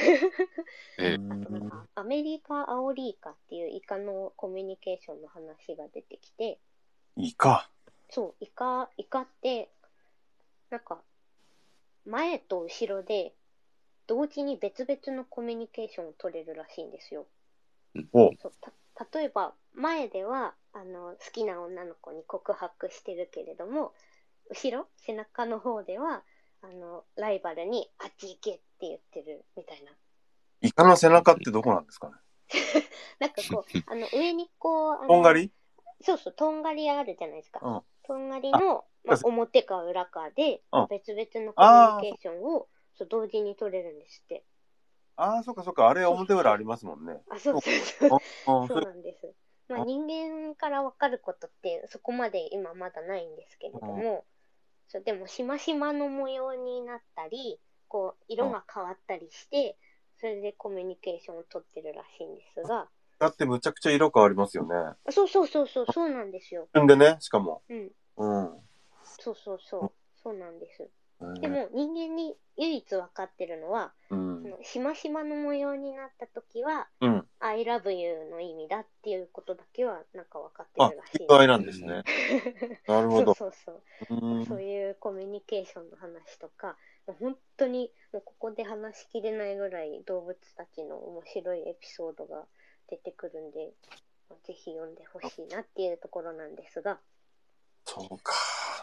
え あとなんかアメリカアオリイカっていうイカのコミュニケーションの話が出てきていいか。そうイカイカってなんか前と後ろで同時に別々のコミュニケーションを取れるらしいんですよ。おそうた例えば前ではあの好きな女の子に告白してるけれども後ろ背中の方ではあのライバルに「あっち行け」って言ってるみたいなイカの背中ってどこなんですかねなんか こうあの上にこうあのとんがりそうそうとんがりあるじゃないですか、うんとんがりのまあ、表か裏かでうん別々のコミュニケーションをそう同時に取れるんですってああ、そっかそっか。あれ表裏ありますもんね。あそうそうそうああそうなんです。まあ、人間からわかることってそこまで今まだないんですけれども、そうでもしましまの模様になったりこう色が変わったりしてそれでコミュニケーションを取ってるらしいんですがだってむちゃくちゃ色変わりますよね。あそうそうそうそうそうなんですよ。んでね、しかも。うんうん。そうそうそうそうなんです。うんでも人間に唯一わかってるのはうそん。のしましまの模様になった時はうん。 「I love you」の意味だっていうことだけはなんか分かってあるら、し意い 外なんですね。なるほそうど。そうそう。うん。そういうコミュニケーションの話とか、もう本当にもうここで話しきれないぐらい動物たちの面白いエピソードが出てくるんで、まあぜひ読んでほしいなっていうところなんですが、そうか。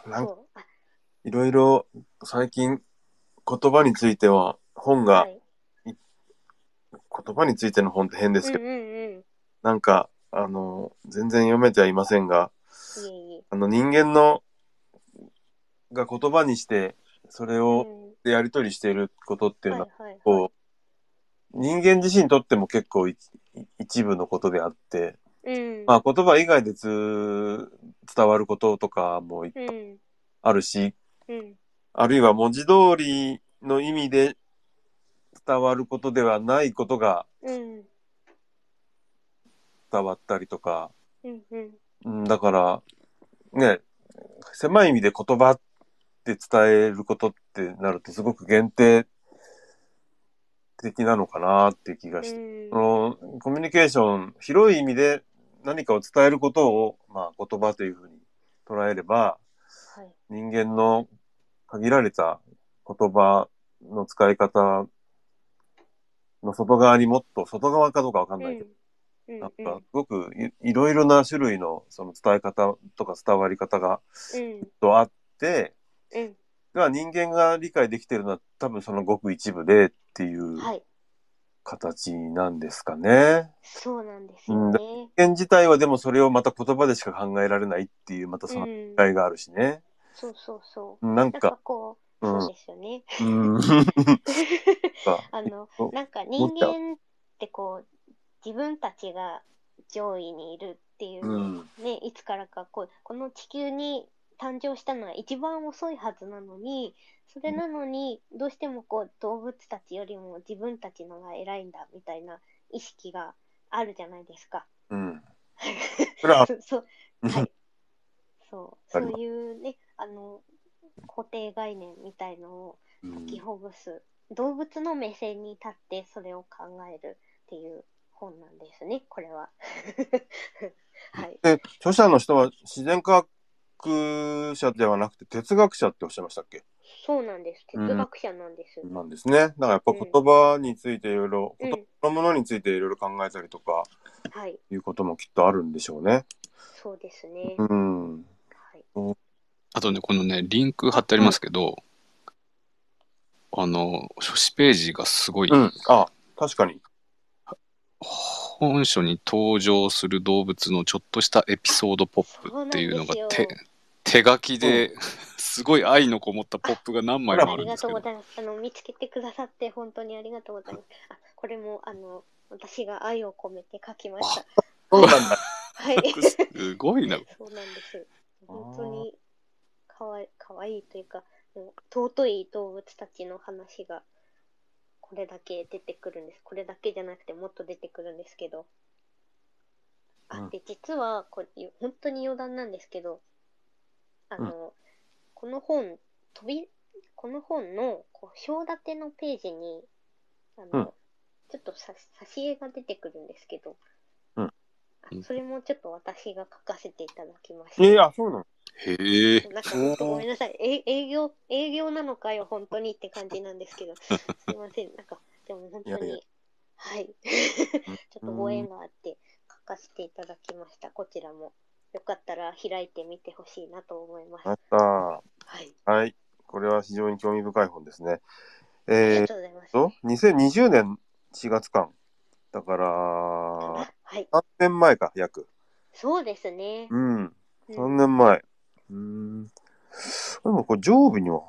なそんかう、あ、いろいろ最近言葉については本が、はい。言葉についての本って変でうすんけうど、んうん。なんか、あの、全然読めてはいませんが、いえいえ。あの人間のが言葉にしてそれうんを、でやり取りしていることっていうはいのは、はいはい。こう人間自身にとっても結構い一部のことであって、うん。まあ、言葉以外でつ伝わることとかもうん。あるしうん。あるいは文字通りの意味で伝わることではないことがうん。伝わったりとか、うん。うん。うん、だからね狭い意味で言葉って伝えることってなるとすごく限定的なのかなっていう気がして、うそのコミュニケーション広い意味で何かを伝えることを、まあ、言葉というふうに捉えればん。はい。人間の限られた言葉の使い方の外側にもっと外側かどうかわかんないけど、うん。なんかうん。すごくいいろいろな種類のその伝え方とか伝わり方がうん。とあって、うん。が人間が理解できてるのは多分そのごく一部でっていうはい。形なんですかね。そうなんですよね。人間自体はでもそれをまた言葉でしか考えられないっていうまたそうのん。違いがあるしね。そうそうそう。なんなんかか、こう、うんそうですよね。うん。 あのお、なんか思人っちゃう間ってこう、自分たちが上位にいるっていう、うんね、いつからかこう、この地球に誕生したのは一番遅いはずなのに、それなのに、どうしてもこう、動物たちよりも自分たちのが偉いんだみたいな意識があるじゃないですか。 うん。それは、そそう、はい。そう、あそりますういうね、あの、固定概念みたいのうを、ん基本ブス動物の目線に立ってそれを考えるっていう本なんですねこれは はいで、著者の人は自然科学者ではなくて哲学者っておっしゃいましたっけそうなんですうん哲学者なんです、なんですね。だからやっぱ言葉についていろいろ、うん言葉のものについていろいろ考えたりとかはいいうこともきっとあるんでしょうね。そうですね、うん。はいあとね、このね、リンク貼ってありますけど、あの、書誌ページがすごい、うん。あ、確かに。本書に登場する動物のちょっとしたエピソードポップっていうのがそうなんです 手手よ書きで、すごい愛のこもったポップが何枚もああるんりでがすとけうごどざいますあの見つけてくださって本当にありがとうございますあこれもあの私が愛を込めて書きましたそうなん だ。はいすごいな そうなんです。あー本当にかわいかわいいというか、もう尊い動物たちの話がこれだけ出てくるんです。これだけじゃなくてもっと出てくるんですけど。うあん、で、実はこれ、本当に余談なんですけど、あの、この本、飛び、この本の、こう、表立てのページに、あの、うんちょっとさ挿絵が出てくるんですけど、うんあそれもちょっと私が書かせていただきました。えー、あ、そうなのへえ。なんか本当ごめんなさい。え営業、営業なのかよ、本当にって感じなんです けど。すいません。なんか、でも本い当に、やいや はい。ちょっとご縁があって書かせていただきました。こちらも。よかったら開いてみてほしいなと思います。あった。はい。はい。これは非常に興味深い本ですね。ありえがー、とうございます。と、2020年4月間。だから、はい。 3年前か、約。そうですね。うん。うん3年前。うん。でもこれ上部には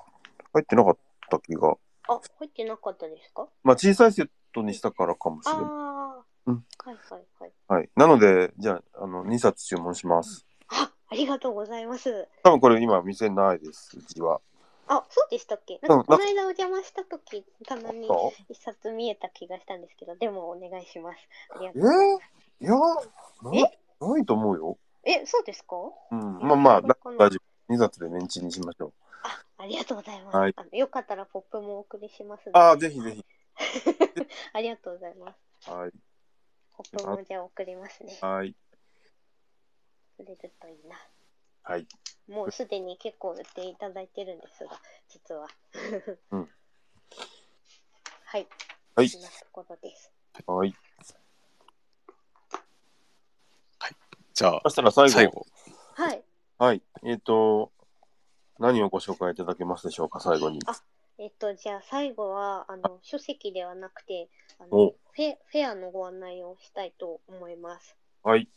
入ってなかった気が。あ、入ってなかったですかまあ小さいセットにしたからかもしれない。ああ、うんはいはいはい。はい。なので、じゃあ、あの、2冊注文します。あ、ありがとうございます。多分これ今店ないです、うちは。あ、そうでしたっけなんかこの間お邪魔した時棚にそ一冊見えた気がしたんですけど、でもお願いします。ありがとううえございーまいや、なないと思うよ。す。え、そうですかうん。まあまあ、だこんな大丈夫。2冊でメンチにしましょう。あありがとうございます、はいあの。よかったらポップもお送りしますのでああ、ぜひぜひ。ありがとうございます。はい。ポップもじゃあ送りますね。はい。それるといいな。はい。もうすでに結構売っていただいてるんですが、実は。うんはい、はいそ。んなところです。はい。じゃあそ、したら最後。最後。はい。はい。えっ、と、何をご紹介いただけますでしょうか、最後に。えっと、じゃあ最後は、あの、書籍ではなくて、あのおフェ、フェアのご案内をしたいと思います。はい。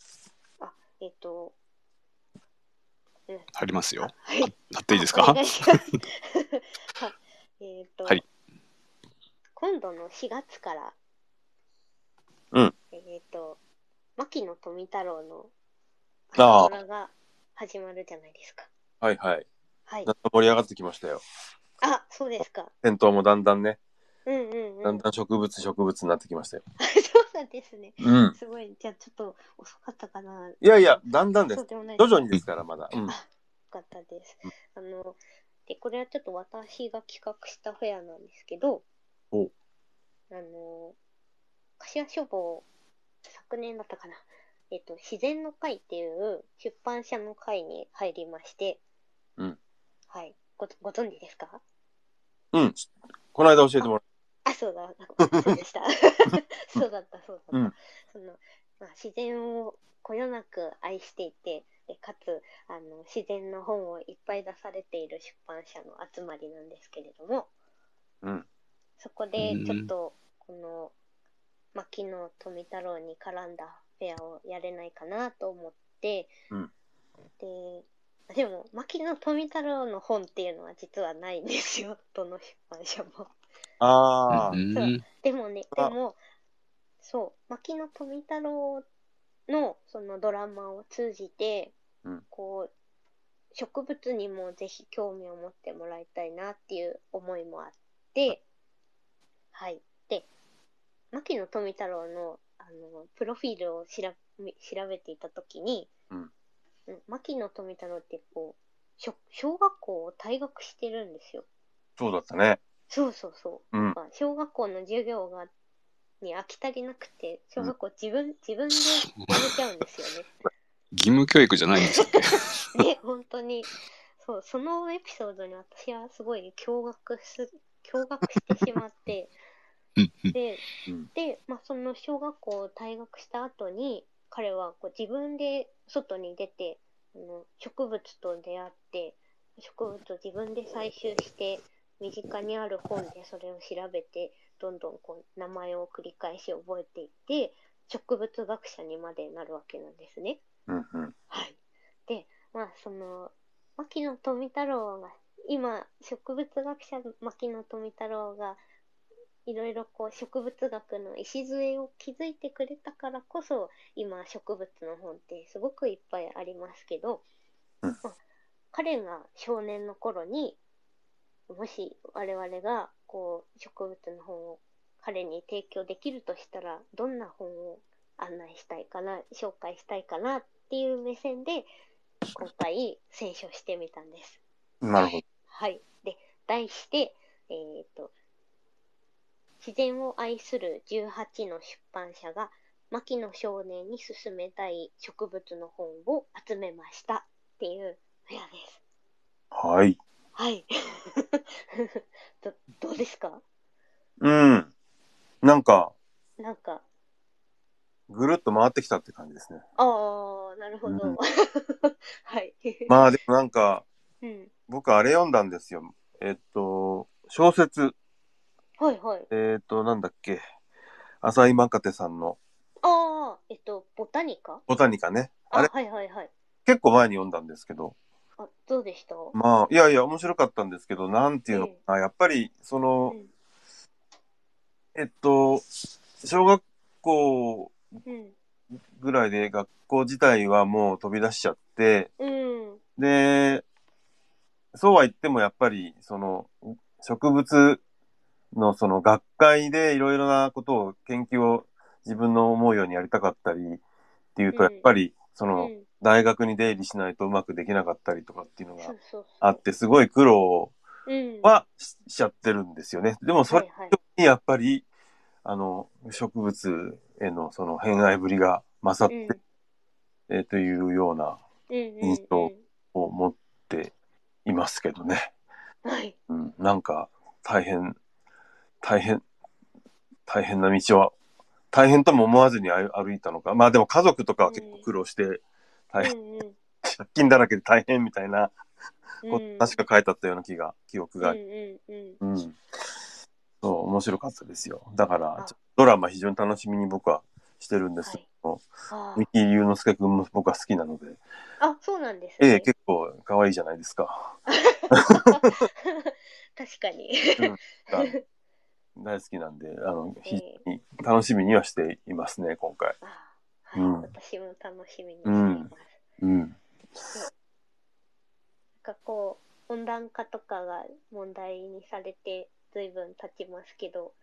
えっと、ありますよ。はい。貼っていいですおか願いしますはいえっ と、はい今度の4月から、うんえっと、牧野富太郎のあー朝ドラが始まるじゃないですか。はいはい。はいだ。んだん盛り上がってきましたよ。あ、そうですか。戦闘もだんだんね、うんうんうん。だんだん植物植物になってきましたよ。 そうなんですね。うん。すごい。じゃあちょっと遅かったかな。いやいや、だんだんでそうす。でもないです徐々にですから、まだ。うん。かったです。あの、で、これはちょっと私が企画したフェアなんですけど、おあの、柏書房、昨年だったかな。えっと、自然の会っていう出版社の会に入りまして、うん。はい。ご、ご存知ですかうん。この間教えてもらっあ、そうだ、そうで した。そうだった、そうだった。うんそのまあ、自然をこよなく愛していて、でかつあの自然の本をいっぱい出されている出版社の集まりなんですけれども、うんそこでちょっとこの牧野富太郎に絡んだフェアをやれないかなと思って、うんででも牧野富太郎の本っていうのは実はないんですよどの出版社も。た。ああう。ん。でもね、であも、そう、牧野富太郎のそのドラマを通じて、うんこう、植物にもぜひ興味を持ってもらいたいなっていう思いもあって、はい。で、牧野富太郎の、あの、プロフィールを調べ調べていたときに、うんうん牧野富太郎ってこう、小小学校を退学してるんですよ。そうだったね。そうそうそうう。ん。まあ小学校の授業がに飽き足りなくて小学校自分、自分でやめちゃうんですよ義務教育じゃないんですよ。ね。ね本当にそうそのエピソードに私はすごい驚愕す驚愕してしまってうん うんでうんで、まあ、その小学校を退学した後に彼はこう自分で外に出てあの植物と出会って植物を自分で採集して身近にある本でそれを調べてどんどんこう名前を繰り返し覚えていって植物学者にまでなるわけなんですね。うんうん。はい。で、まあその、牧野富太郎が、今、植物学者の牧野富太郎が、いろいろこう植物学の礎を築いてくれたからこそ、今植物の本ってすごくいっぱいありますけど、うんまあ彼が少年の頃に、もし我々がこう植物の本を彼に提供できるとしたら、どんな本を案内したいかな、紹介したいかなっていう目線で、今回選書してみたんです。なるほど。はい。で、題して、えっ、と、自然を愛する18の出版社が、牧野少年に勧めたい植物の本を集めましたっていう部屋です。はい。はい。 どどうですかうん。なんか、なんか、ぐるっと回ってきたって感じですね。ああ、なるほど。うん はい。まあでもなんか、うん。僕あれ読んだんですよ。えっと、小説、はいはい。えっと、なんだっけ、浅井真カテさんのああ、えっと、ボタニカボタニカね。ああれはいはいはい。結構前に読んだんですけど、あ、どうでしたまあ、いやいや、面白かったんですけど、なんていうのかな、やっぱり、そうの、ん。えっと、小学校うん。ぐらいで学校自体はもう飛び出しちゃって、うん。で、そうは言ってもやっぱり、その、植物のその学会でいろいろなことを研究を自分の思うようにやりたかったりっていうと、うやんっぱり、そうの、ん。大学に出入りしないとうまくできなかったりとかっていうのそがうそうそう。あって、すごい苦労うん。はししちゃってるんですよね。でもそはれいはい。にやっぱり、あの、植物へのその偏愛ぶりが勝うんって、。えーというようなうん。印象うんを持っていますけどね。うんはい。うん、なんか大変、大変、大変な道は、大変とも思わずに歩歩いたのか。まあでも家族とかは結構苦労して、大変、うんうん。借金だらけで大変みたいなこうんと、確か書いてあったような気が、記憶があうんり。うんうん。うん。そう、面白かったですよ。だからあ、ドラマ非常に楽しみに僕はしてるんですけど、三あー木龍之介君も僕は好きなので、あ、そうなんですええね。結構可愛いじゃないですか。確かに。 あの大好きなんで、あの、非え常に楽しみにはしていますね、今回。ーあーうんはい。私も楽しみにしています。うん。なんかこう温暖化とかが問題にされて随分経ちますけど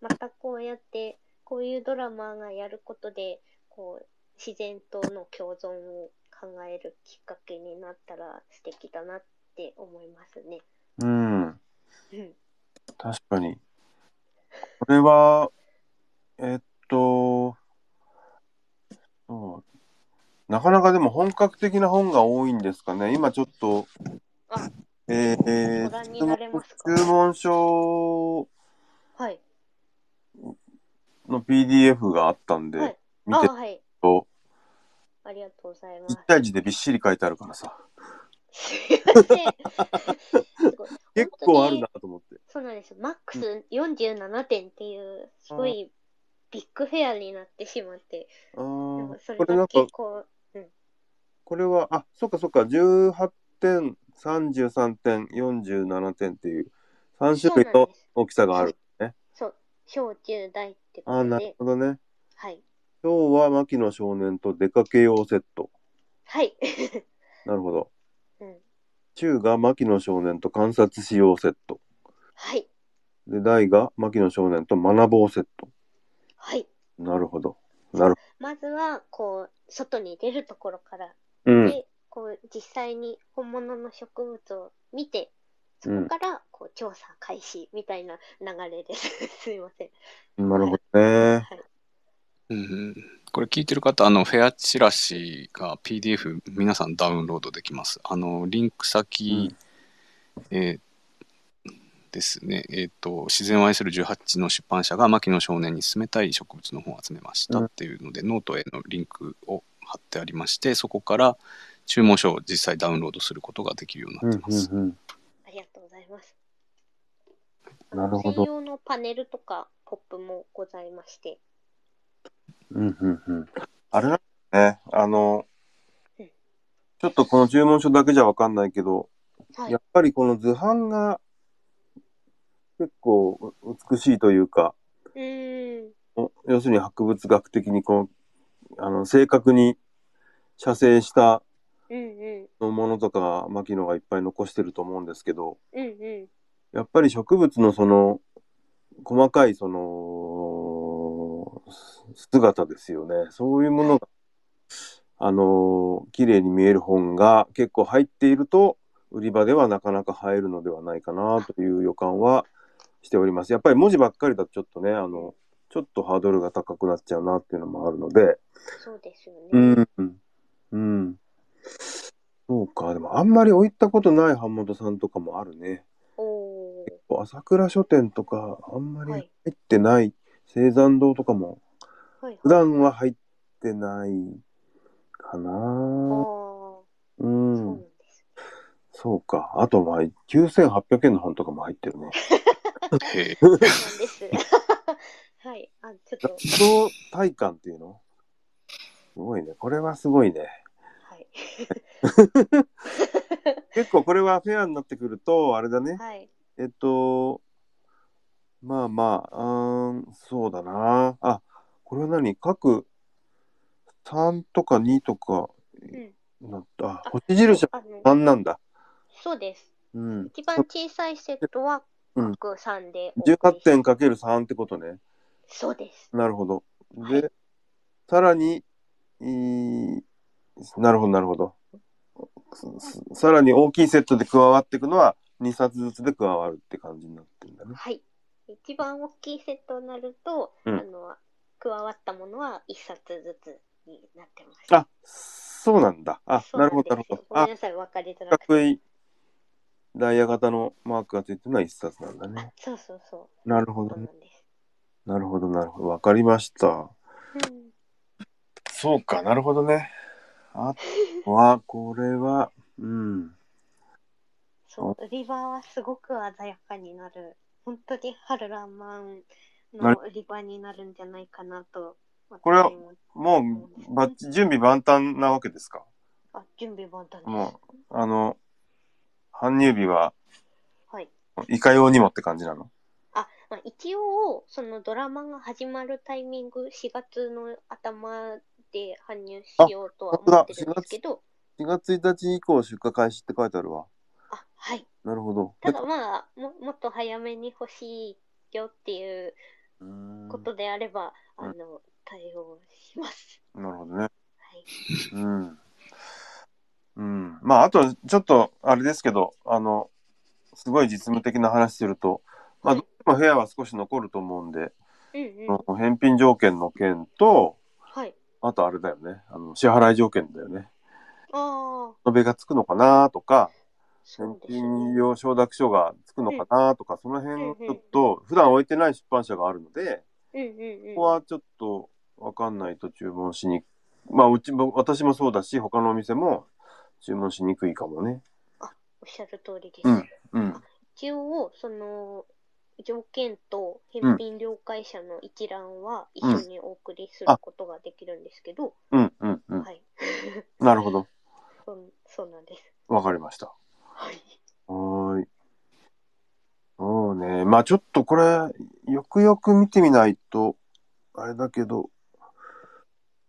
またこうやってこういうドラマがやることでこう自然との共存を考えるきっかけになったら素敵だなって思いますね。うん。うん、確かに。これは、えっと、そうなかなかでも本格的な本が多いんですかね。今ちょっとあ、えーご覧になれますか注文書はい。の PDF があったんはでい、見あてるはい。と、ありがとうございま一す。対字でびっしり書いてあるからさ、すいません。すごい結構あるなと思って。そうなんですよ。マックス47点っていう、すごいビッグフェアになってしまって、あでーもそれこれながんか結、構、これは、あ、そっかそっか、18点、33点、47点っていう、3そう種類なんのです。大きさがある。ねそう、小中大ってこあー、となるで、ほどね。はい。今日は牧野少年と出かけようセット。はい。 なるほど。うん、中が牧野少年と観察しようセット。はい。で、大が牧野少年と学ぼうセット。はい。なるほど。なるまずは、こう、外に出るところから、ほど。うん。で、こう、実際に本物の植物を見て、そこから、こう、調査開始みたいな流れです。 すいません。なるほどね。はい。うんうんこれ聞いてる方、あの、フェアチラシが PDF 皆さんダウンロードできます。あの、リンク先、えーですね、えっ、と、自然を愛する18の出版社が牧野少年に勧めたい植物の本を集めましたっていうので、ノートへのリンクを貼ってありまして、そこから注文書を実際ダウンロードすることができるようにう、なんっうてます。ん、うん。ありがとうございます。なるほ専ど。用のパネルとかポップもございまして。うん、うん、うん。あれなんだね。あのうん、ちょっとこの注文書だけじゃわかんないけど、はいやっ。ぱりこの図版が結構美しいというか、うーん。お要するに博物学的にこうあの正確に写生したうんうん。ものとか牧野がいっぱい残してると思うんですけどうんうん。やっぱり植物のその細かいその姿ですよね。そういうものが、あのー綺麗に見える本が結構入っていると、売り場ではなかなか入るのではないかなという予感はしております。やっぱり文字ばっかりだとちょっとね、あの、ちょっとハードルが高くなっちゃうなっていうのもあるので、そうですよね。うん。うん。そうか、でもあんまり置いたことない版元さんとかもあるね。おー朝倉書店とかあんまりは入いってない、青山堂とかもはい。普段は入ってないかああ、なそううなんんです。そうかあとまあ9800円の本とかも入ってるねへ そうなんです。はい。あ、ちょっと、そう体感っていうのすごいねこれはすごいねはい。結構これはフェアになってくるとあれだねはい。えっとまあまあうーんそうだなあこれは何各3とか2とかうん。なったあ星印はあの、 3なんだそうです。うん一番小さいセットは、うん各3で。 18点。かける3ってことね。そうです。なるほど。で、はいさらに、えーなるほど、なるほど。ささらに大きいセットで加わっていくのは2冊ずつで加わるって感じになってるんだね。はい。一番大きいセットになると、うんあの、加わったものは1冊ずつになってます。あ、そうなんだ。あ、そうなんるですよほど、なるほど。ごめあん、なさい、分かりづ四らくて。角いダイヤ型のマークがついてるのは1冊なんだね。そうそうそなるほう。どそうねな。んです。なるほど、なるほど。わかりました。うんそうか、なるほどね。あとは、これは、うん。そう、売り場はすごく鮮やかになる。本当に春ラーマンなのる売り場になるんじゃないかなと。これは私ももうバッチ準備万端なわけですかあ、準備万端ですも。うあの搬入日ははい。いかようにもって感じなのあ、まあ、一応、そのドラマが始まるタイミング、4月の頭で搬入しようとは思ってるんですけど、 4月1日以降出荷開始って書いてあるわあ、はい。なるほどただまあ、ももっと早めに欲しいよっていううーんことであれば、うんあの、対応します。なるほどねはい。うん、うん、まああとちょっとあれですけどあのすごい実務的な話するとまあどうしてもフェアは少し残ると思うんで、うんうんそ。の返品条件の件とはい。あとあれだよねあの支払い条件だよねああ。延べがつくのかなとかそう返です金ね。用承諾書がつくのかなとか、その辺をちょっと、普段置いてない出版社があるので、うんうんうこん。こはちょっとわかんないと注文しにまあ、うちも、私もそうだし、他のお店も注文しにくいかもね。おっしゃる通りです。うんうん。一応、その、条件と返品了解者の一覧は一緒にお送りすることができるんですけど、うんうんうん。はい。なるほど。そうそうなんです。わかりました。はい。はーい。そうね。まあちょっとこれ、よくよく見てみないと、あれだけど、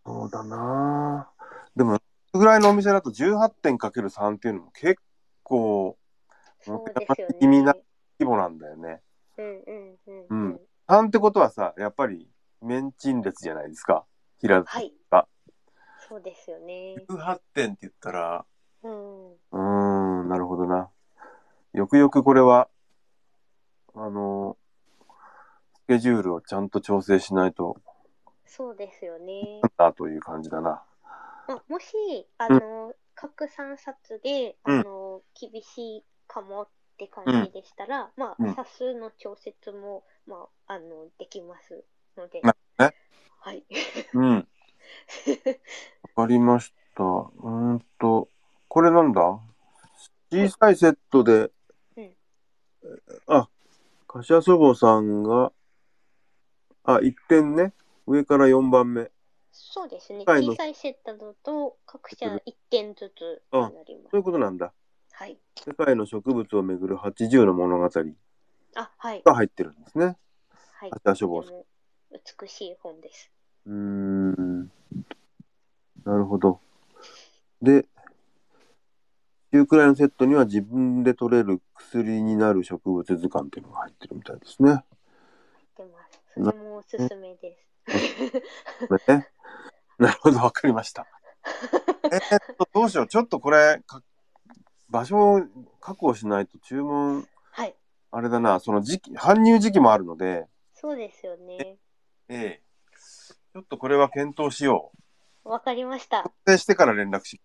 そうだなでも、ぐらいのお店だと18点かける3っていうのも結構そうですよね。意味な規模なんだよね。うんうんうん、ううんん。 3ってことはさ、やっぱり、メンチン列じゃないですか。平田。はいあ。そうですよね。 18点って言ったら、うん。うーん、なるほどな。よくよくこれは、あの、スケジュールをちゃんと調整しないと、そうですよね。なという感じだな。まあ、もし、あの、各3冊で、うんあの、厳しいかもって感じでしたら、まうんあ、冊数の調節も、まあ、あの、できますので。なるほどねはい。 うん、わかりました。うーんと、これなんだ小さいセットで、うんあ、柏祖母さんが、あ、1点ね。上から4番目。そうですね。はいの小さいセットだと、各社1点ずつになりまそういう。すことなんだ。はい。世界の植物をめぐる80の物語があ、はい。入ってるんですね。はい。柏祖母とさんて。も美しい本です。うーん。なるほど。で、中くらいのセットには自分で取れる薬になる植物図鑑っていうのが入ってるみたいですね。でも、それもおすすめです。ね。なるほど、わかりました。えーっと、どうしよう。ちょっとこれ、か場所を確保しないと注文、 はい。あれだな、その時期、搬入時期もあるので、そうですよね。ええちょっとこれは検討しよう。わかりました。固定してから連絡し。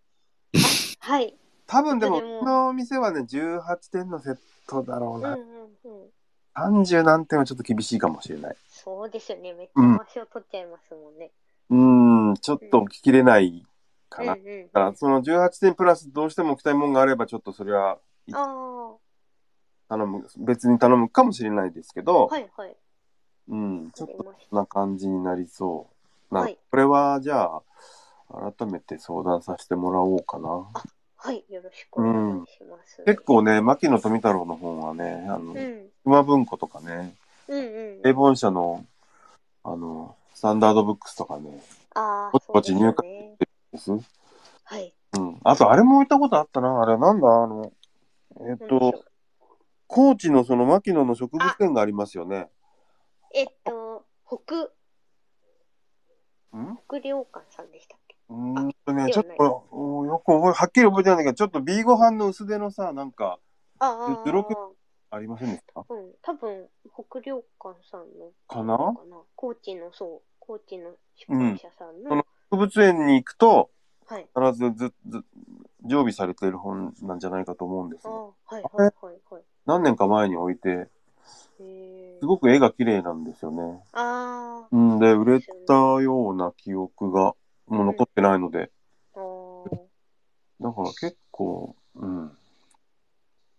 はい。多分でも、でもこのお店はね、18点のセットだろううんうな。んうん。 30何点はちょっと厳しいかもしれない。そうですよね。めっちうんゃ場所取っちゃいますもんね。うーん、ちょっと聞ききれないかうんな。うん。だから、その18点プラスどうしても置きたいもんがあれば、ちょっとそれはあ頼む、別に頼むかもしれないですけあ、ど、はいはい。うん、ちょわっかとりましそんな感じになりそう。なはいこれは、じゃあ、改めて相談させてもらおうかな。た。はい、よろしくお願いします。結構ね、牧野富太郎の本はね、あのう、ん。熊文庫とかね、うんうん。英文社の、あの、スタンダードブックスとかね、ああ、ぼちぼそうちです入荷よね。ですはい。うん。あと、あれも置いたことあったな。あれ、なんだ、あの、えっなんでしょとう、高知のその牧野の植物園がありますよね。えっと、北、うん北涼館さんでしたっけうーんとね、でちょはっないと、およく覚え、はっきり覚えてないんだけど、ちょっと B ご飯の薄手のさ、なんか、あずろくあ、ありませんでしたうん。多分、北涼館さんのかなかな。高知の、そう、高知の出版社さうんの、んその植物園に行くと、はい。必ずずず常備されている本なんじゃないかと思うんですああよ、はいはいはいはい。何年か前に置いて、へえすごく絵が綺麗なんですよね。ああ、うんで、売れたような記憶が、もう残ってないので、あーだから結構、うん、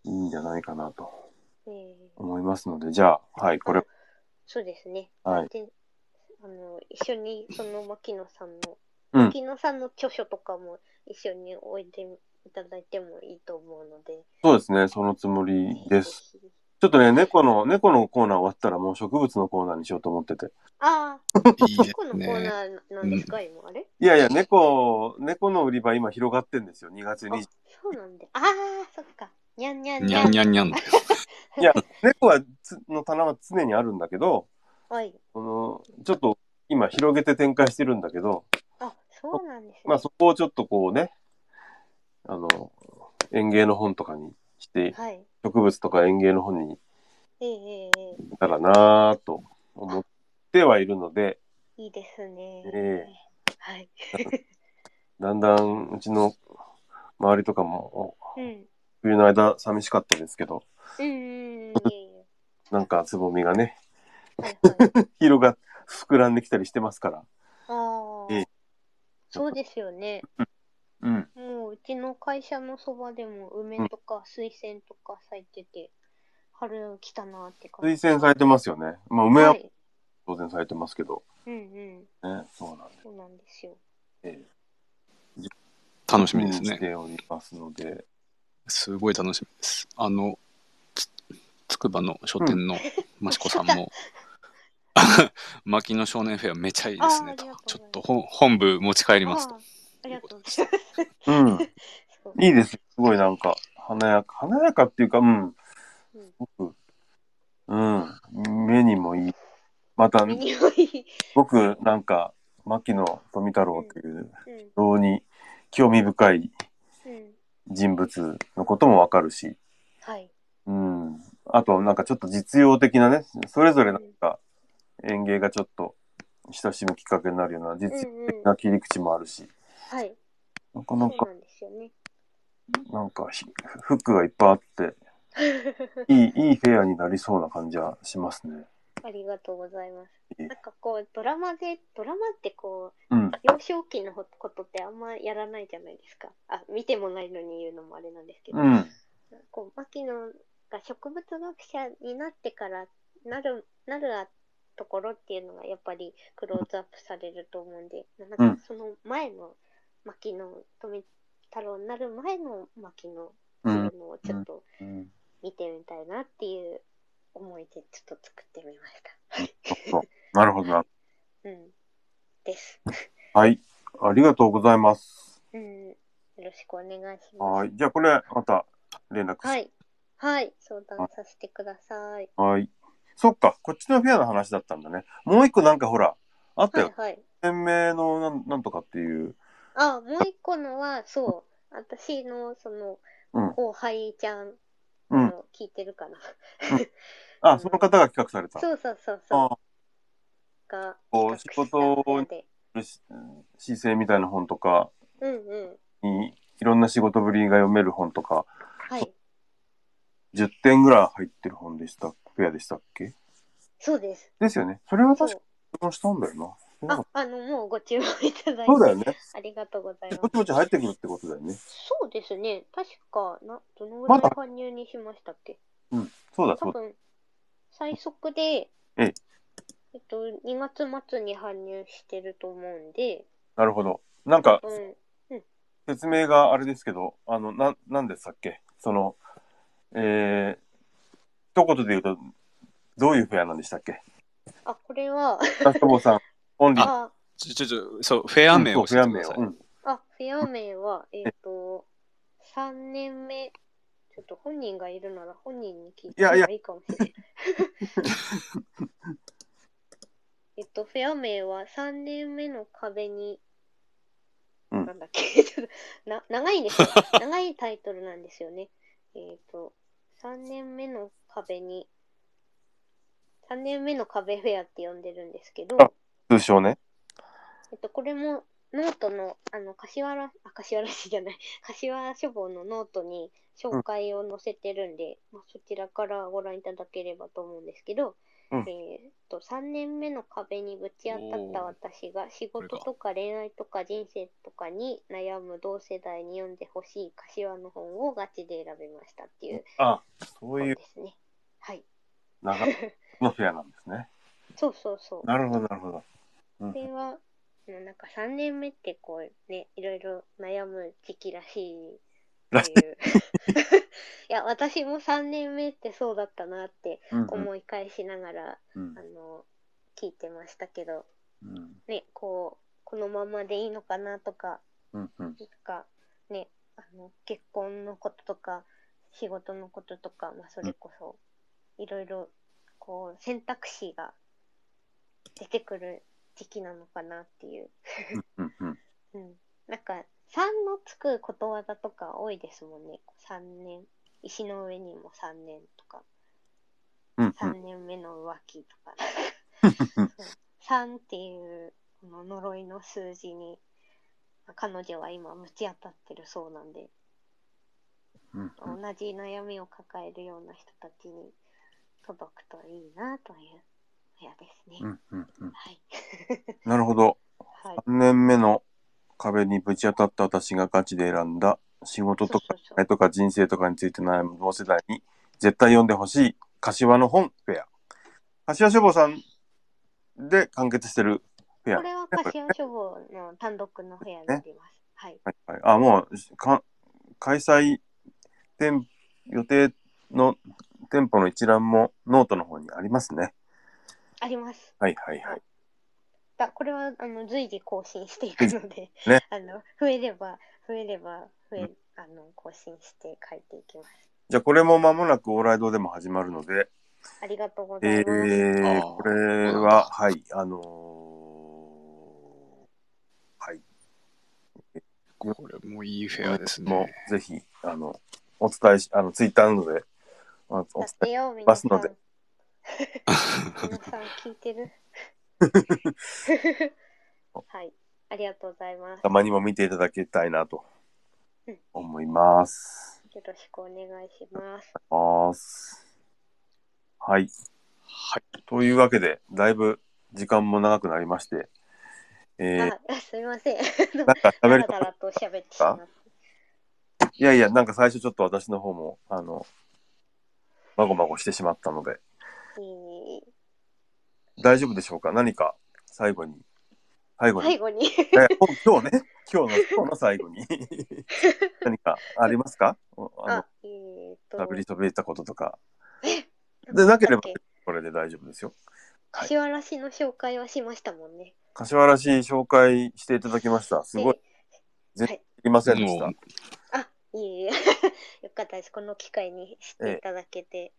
いいんじゃないかなとええ思いますので、じゃあ、はい、これ、そうですね。はいで、あの、一緒にその牧野さんの、うん牧野さんの著書とかも一緒に置いていただいてもいいと思うので。そうですね、そのつもりです。ぜひぜひ。ちょっとね、猫の、猫のコーナー終わったらもう植物のコーナーにしようと思ってて。ああ、いいでこのすコーね。ナーなんですか、今。あれいやいや、猫、猫の売り場今広がってんですよ、2月あ20、そうなんで。ああ、そっか。にゃんにゃんににゃゃんん。にゃんにゃんだよ。いや、猫はつの棚は常にあるんだけど、はい。そのちょっと今広げて展開してるんだけど、あ、そうなんですね。まあそこをちょっとこうね、あの、園芸の本とかにして、はい。植物とか園芸の本にえええええしたらなぁと思ってはいるので、えいいですね。えはい。だんだんうちの周りとかも、うん。冬の間寂しかったですけど、うんうんうん。いえいえなんかつぼみがね、はいはい。広が、膨らんできたりしてますから。あえあえ。そうですよね。うん。もううちの会社のそばでも梅とか水仙とか咲いてて、春来たなって感推じ。薦されてますよね。まあ、梅ははい。当然されてますけど。うんうん。ね、そうなんでそうなんですよ。楽しみですねし。ておりますので。すごい楽しみです。あの、つつくばの書店の益子さん も、牧野少年フェアめちゃいいですねとあーありがとうございま。すちょっと本本部持ち帰りますあと。あありがとうございます。うん。そういいです。すごいなんか、華やか、華やかっていうか、うん。うんすごく、うん。目にもいい。また、目すにもいい。ごくなんか、牧野富太郎という、うん非常に興味深いうん。人物のこともわかるし、はい。うん。あと、なんかちょっと実用的なね、それぞれなんか、園芸がちょっと親しむきっかけになるような実う用んうん。な切り口もあるし、はい。なかそなうか、なんですよね。 なんかひ、フックがいっぱいあって、いい、いいフェアになりそうな感じはしますね。ありがとうございますいえ。なんかこう、ドラマで、ドラマってこう、うん。幼少期のことってあんまやらないじゃないですか。あ、見てもないのに言うのもあれなんですけど。うん。こう、牧野が植物学者になってからなる、なるところっていうのがやっぱりクローズアップされると思うんで、なんかその前の牧野富太郎になる前の牧野ってういんうのをちょっとうん。見てみたいなっていう思いでちょっと作ってみました。なるほどな。 うん。です。はい。ありがとうございます。うん。よろしくお願いします。はい。じゃあ、これ、また連絡しはい。はい。相談させてください。はい。そっか、こっちのフェアの話だったんだね。もう一個なんかほら、ああったはよい。はい。店名のなんなんとかっていう。あ、もう一個のは、そう、私の、そのうん、後輩ちゃんうん。の聞いてるかな。あ、その方が企画された。 そうそうそうあそう。が、こう企画したので姿勢みたいな本とかうんうん。に、いろんな仕事ぶりが読める本とか、はい。 10点ぐらい入ってる本でした、ペアでしたっけそうです。ですよね。それはそ確かう。にしたんだよな。あ、あの、もうご注文いただいて。そうだよね。ありがとうございまぼすち。ぼち入ってくるってことだよね。そうですね。確か、な、どのぐらいまだ搬入にしましたっけそうだ、そ多うだ。分、最速で、えええっと、2月末に搬入してると思うんで、なるほど。なんか、うん、説明があれですけど、あの、な、なんでしたっけその、えー、一言で言うと、どういうフェアなんでしたっけあ、これは、ラストボーさん、オンリー。 あ、ちょ、ちょ、ちょ、そう、フェア名そをう教フェえアてく名ださをい。。うんあ、フェア名は、えっと、3年目、ちょっと本人がいるなら本人に聞いていやいやいいかもしれない。 えっと、フェア名は3年目の壁に、うんなんだっけ、 ちょっとな長いですよ。長いタイトルなんですよね。えっと、3年目の壁に、3年目の壁フェアって呼んでるんですけど、あ通称ね。えっと、これもノートの、あの、柏原、あ、柏原市じゃない、 柏書房のノートに紹介を載せてるんで、まあ、そちらからご覧いただければと思うんですけど、うんえーっと、3年目の壁にぶち当たった私が仕事とか恋愛とか人生とかに悩む同世代に読んでほしい柏の本をガチで選びましたっていうあ、そう本いうですね。はい。 長のフェアなんですね。そうそうそう。なるほど、なるほど。うんこれは、うんなんか3年目ってこうね、いろいろ悩む時期らしいらっしてい。いう。 いや、私も3年目ってそうだったなってうん思い返しながら、うんあの、聞いてましたけど、うんね、こう、このままでいいのかなとか、うんうんなんかね、あの、結婚のこととか、仕事のこととか、まあ、それこそ、いろいろ、こう、選択肢が出てくる時期なのかなっていう。うんうんうんなんか、3のつくことわざとか多いですもんね。3年。石の上にも3年とか、うんうん3年目の浮気とか。3っていうこの呪いの数字に、彼女は今、ぶち当たってるそうなんで、うん同じ悩みを抱えるような人たちに届くといいなという部屋ですね。うんうんうんはい。 なるほど。はい。 3年目の壁にぶち当たった私がガチで選んだ仕事とそかうそうそう愛とか人生とかについて悩む同世代に絶対読んでほしい柏の本フェア。柏書房さんで完結してるフェアこ。れは柏書房の単独の部屋になります。はい。はいはい、あ、もうか開催店予定の店舗の一覧もノートの方にありますね。あります。はいはいはい。だこれはあの随時更新していくので、 ねあの増えれば増えれば増え、あの更新して書いていきます。じゃあこれも間もなく往来堂でも始まるので、ありがとうごえざいます。ー、あーこれは、はい、あのーはい、これもいいフェアですもね。うぜひ、あの、お伝えし、あの、ツイッターなどで、あのお伝やってよ出皆さすん。ので 皆さん聞い てるはい。ありがとうございますえ、。たまにも見ていただきたいなとうん思います。よろしくお願いします。ますはい。はい。というわけで、だいぶ時間も長くなりまして、えー、あ、すみません。なんかだ喋らるだと、らと喋ってしまって。いやいや、なんか最初ちょっと私の方も、あの、まごまごしてしまったので、いいいい大丈夫でしょうか何か最後に、最後に、最後に。い や今日今日ね、今日の、今日の最後に、何かありますかおあのあ、、 えーっと。ダブりそびれたこととか。んで、だなっけければ、これで大丈夫ですよ。はい柏原市の紹介はしましたもんね。柏原市紹介していただきました。すごい、全然いりませんでした。もあ、いえいえ。 よかったです。この機会にしていただけて。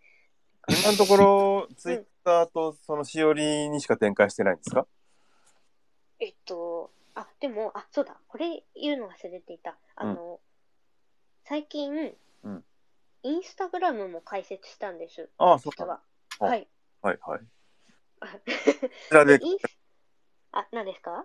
今のところ、ツイッターとそのしおりにしか展開してないんですかえっと、あ、でも、あ、そうだ、これ言うの忘れていた。あの、最近、うんインスタグラムも開設したんです、ああ、そっ実か。は。あはい。 はいはい。こちらで、インスあ、何ですか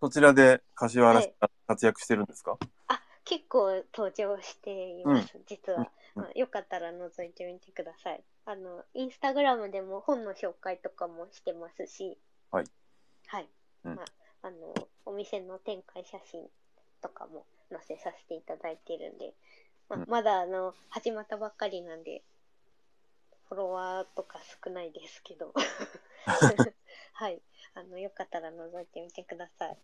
そちらで柏原市はいが活躍してるんですかあ、結構登場しています、実は、うんまあよかったら覗いてみてください。あの、インスタグラムでも本の紹介とかもしてますし、はい。はい。うんまあ、あの、お店の展開写真とかも載せさせていただいてるんで、まあうんまだあの、始まったばっかりなんで、フォロワーとか少ないですけ ど、はい。あの、よかったら覗いてみてください。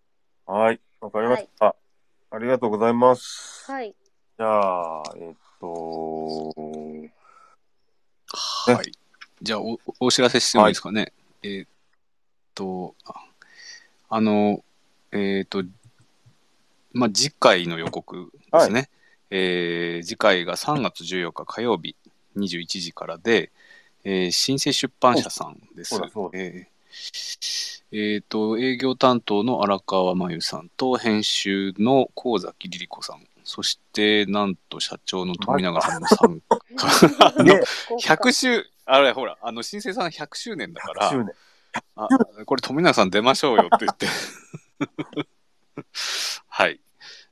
はい、わかりました、ありがとうございます。はい。じゃあ、えっと、はい。じゃあお、お知らせしてもいいですかね。えーっと、ああの、えーっと、まあ、次回の予告ですね。えー次回が3月14日火曜日21時からで、えー新生出版社さんですおそうだそう。だえーえーっと、営業担当の荒川真由さんと編集の神崎リリ子さん、そしてなんと社長の富永さんの参加 のね、 100周、あれほら、あの、新生さん100周年だから、周年。あこれ富永さん出ましょうよって言 って。はい。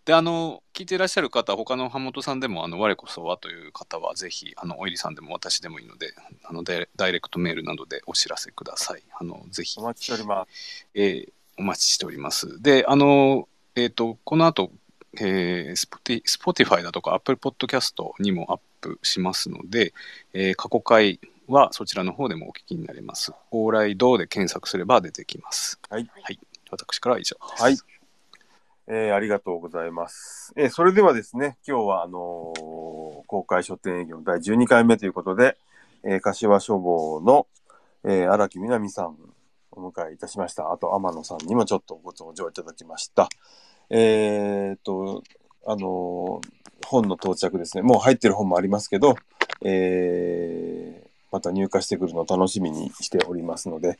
で、あの、聞いていらっしゃる方、他の浜本さんでも、あの、我こそはという方は、ぜひ、あの、おいりさんでも私でもいいので、あの、ダイダイレクトメールなどでお知らせください。あの、ぜひお、待ちしております。えーお待ちしております。で、あの、えっ、と、この後、えー、Spotify だとか Apple Podcast にもアップしますので、えー過去回はそちらの方でもお聞きになれます。往来どうで検索すれば出てきます。はいはい、私からは以上です。はい。えーありがとうございます。えーそれではですね、今日は、あのー公開書店営業第12回目ということで、えー柏書房の、えー荒木みなみさんをお迎えいたしました。あと、天野さんにもちょっとご登場いただきました。えーっと、あのー本の到着ですね。もう入ってる本もありますけど、えーまた入荷してくるのを楽しみにしておりますので、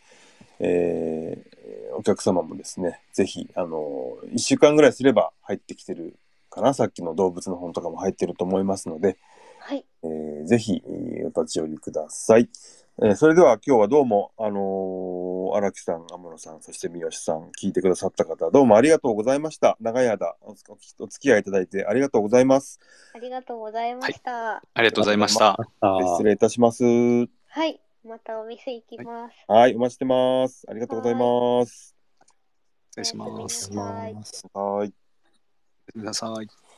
えーお客様もですね、ぜひ、あの、1週間ぐらいすれば入ってきてるかな、さっきの動物の本とかも入ってると思いますので、はい。えーぜひ、えーお立ち寄りください。えーそれでは今日はどうも、あのー荒木さん、天野さん、そして三好さん、聞いてくださった方、どうもありがとうございました。長い間おつ、お付き合いいただいてありがとうございます。ありがとうございました。ありがとうございました。あー失礼いたします。はい、またお店行きます。はい、お待ちしてます。ありがとうございます。失礼しおやますすみ。なさいはい。ください。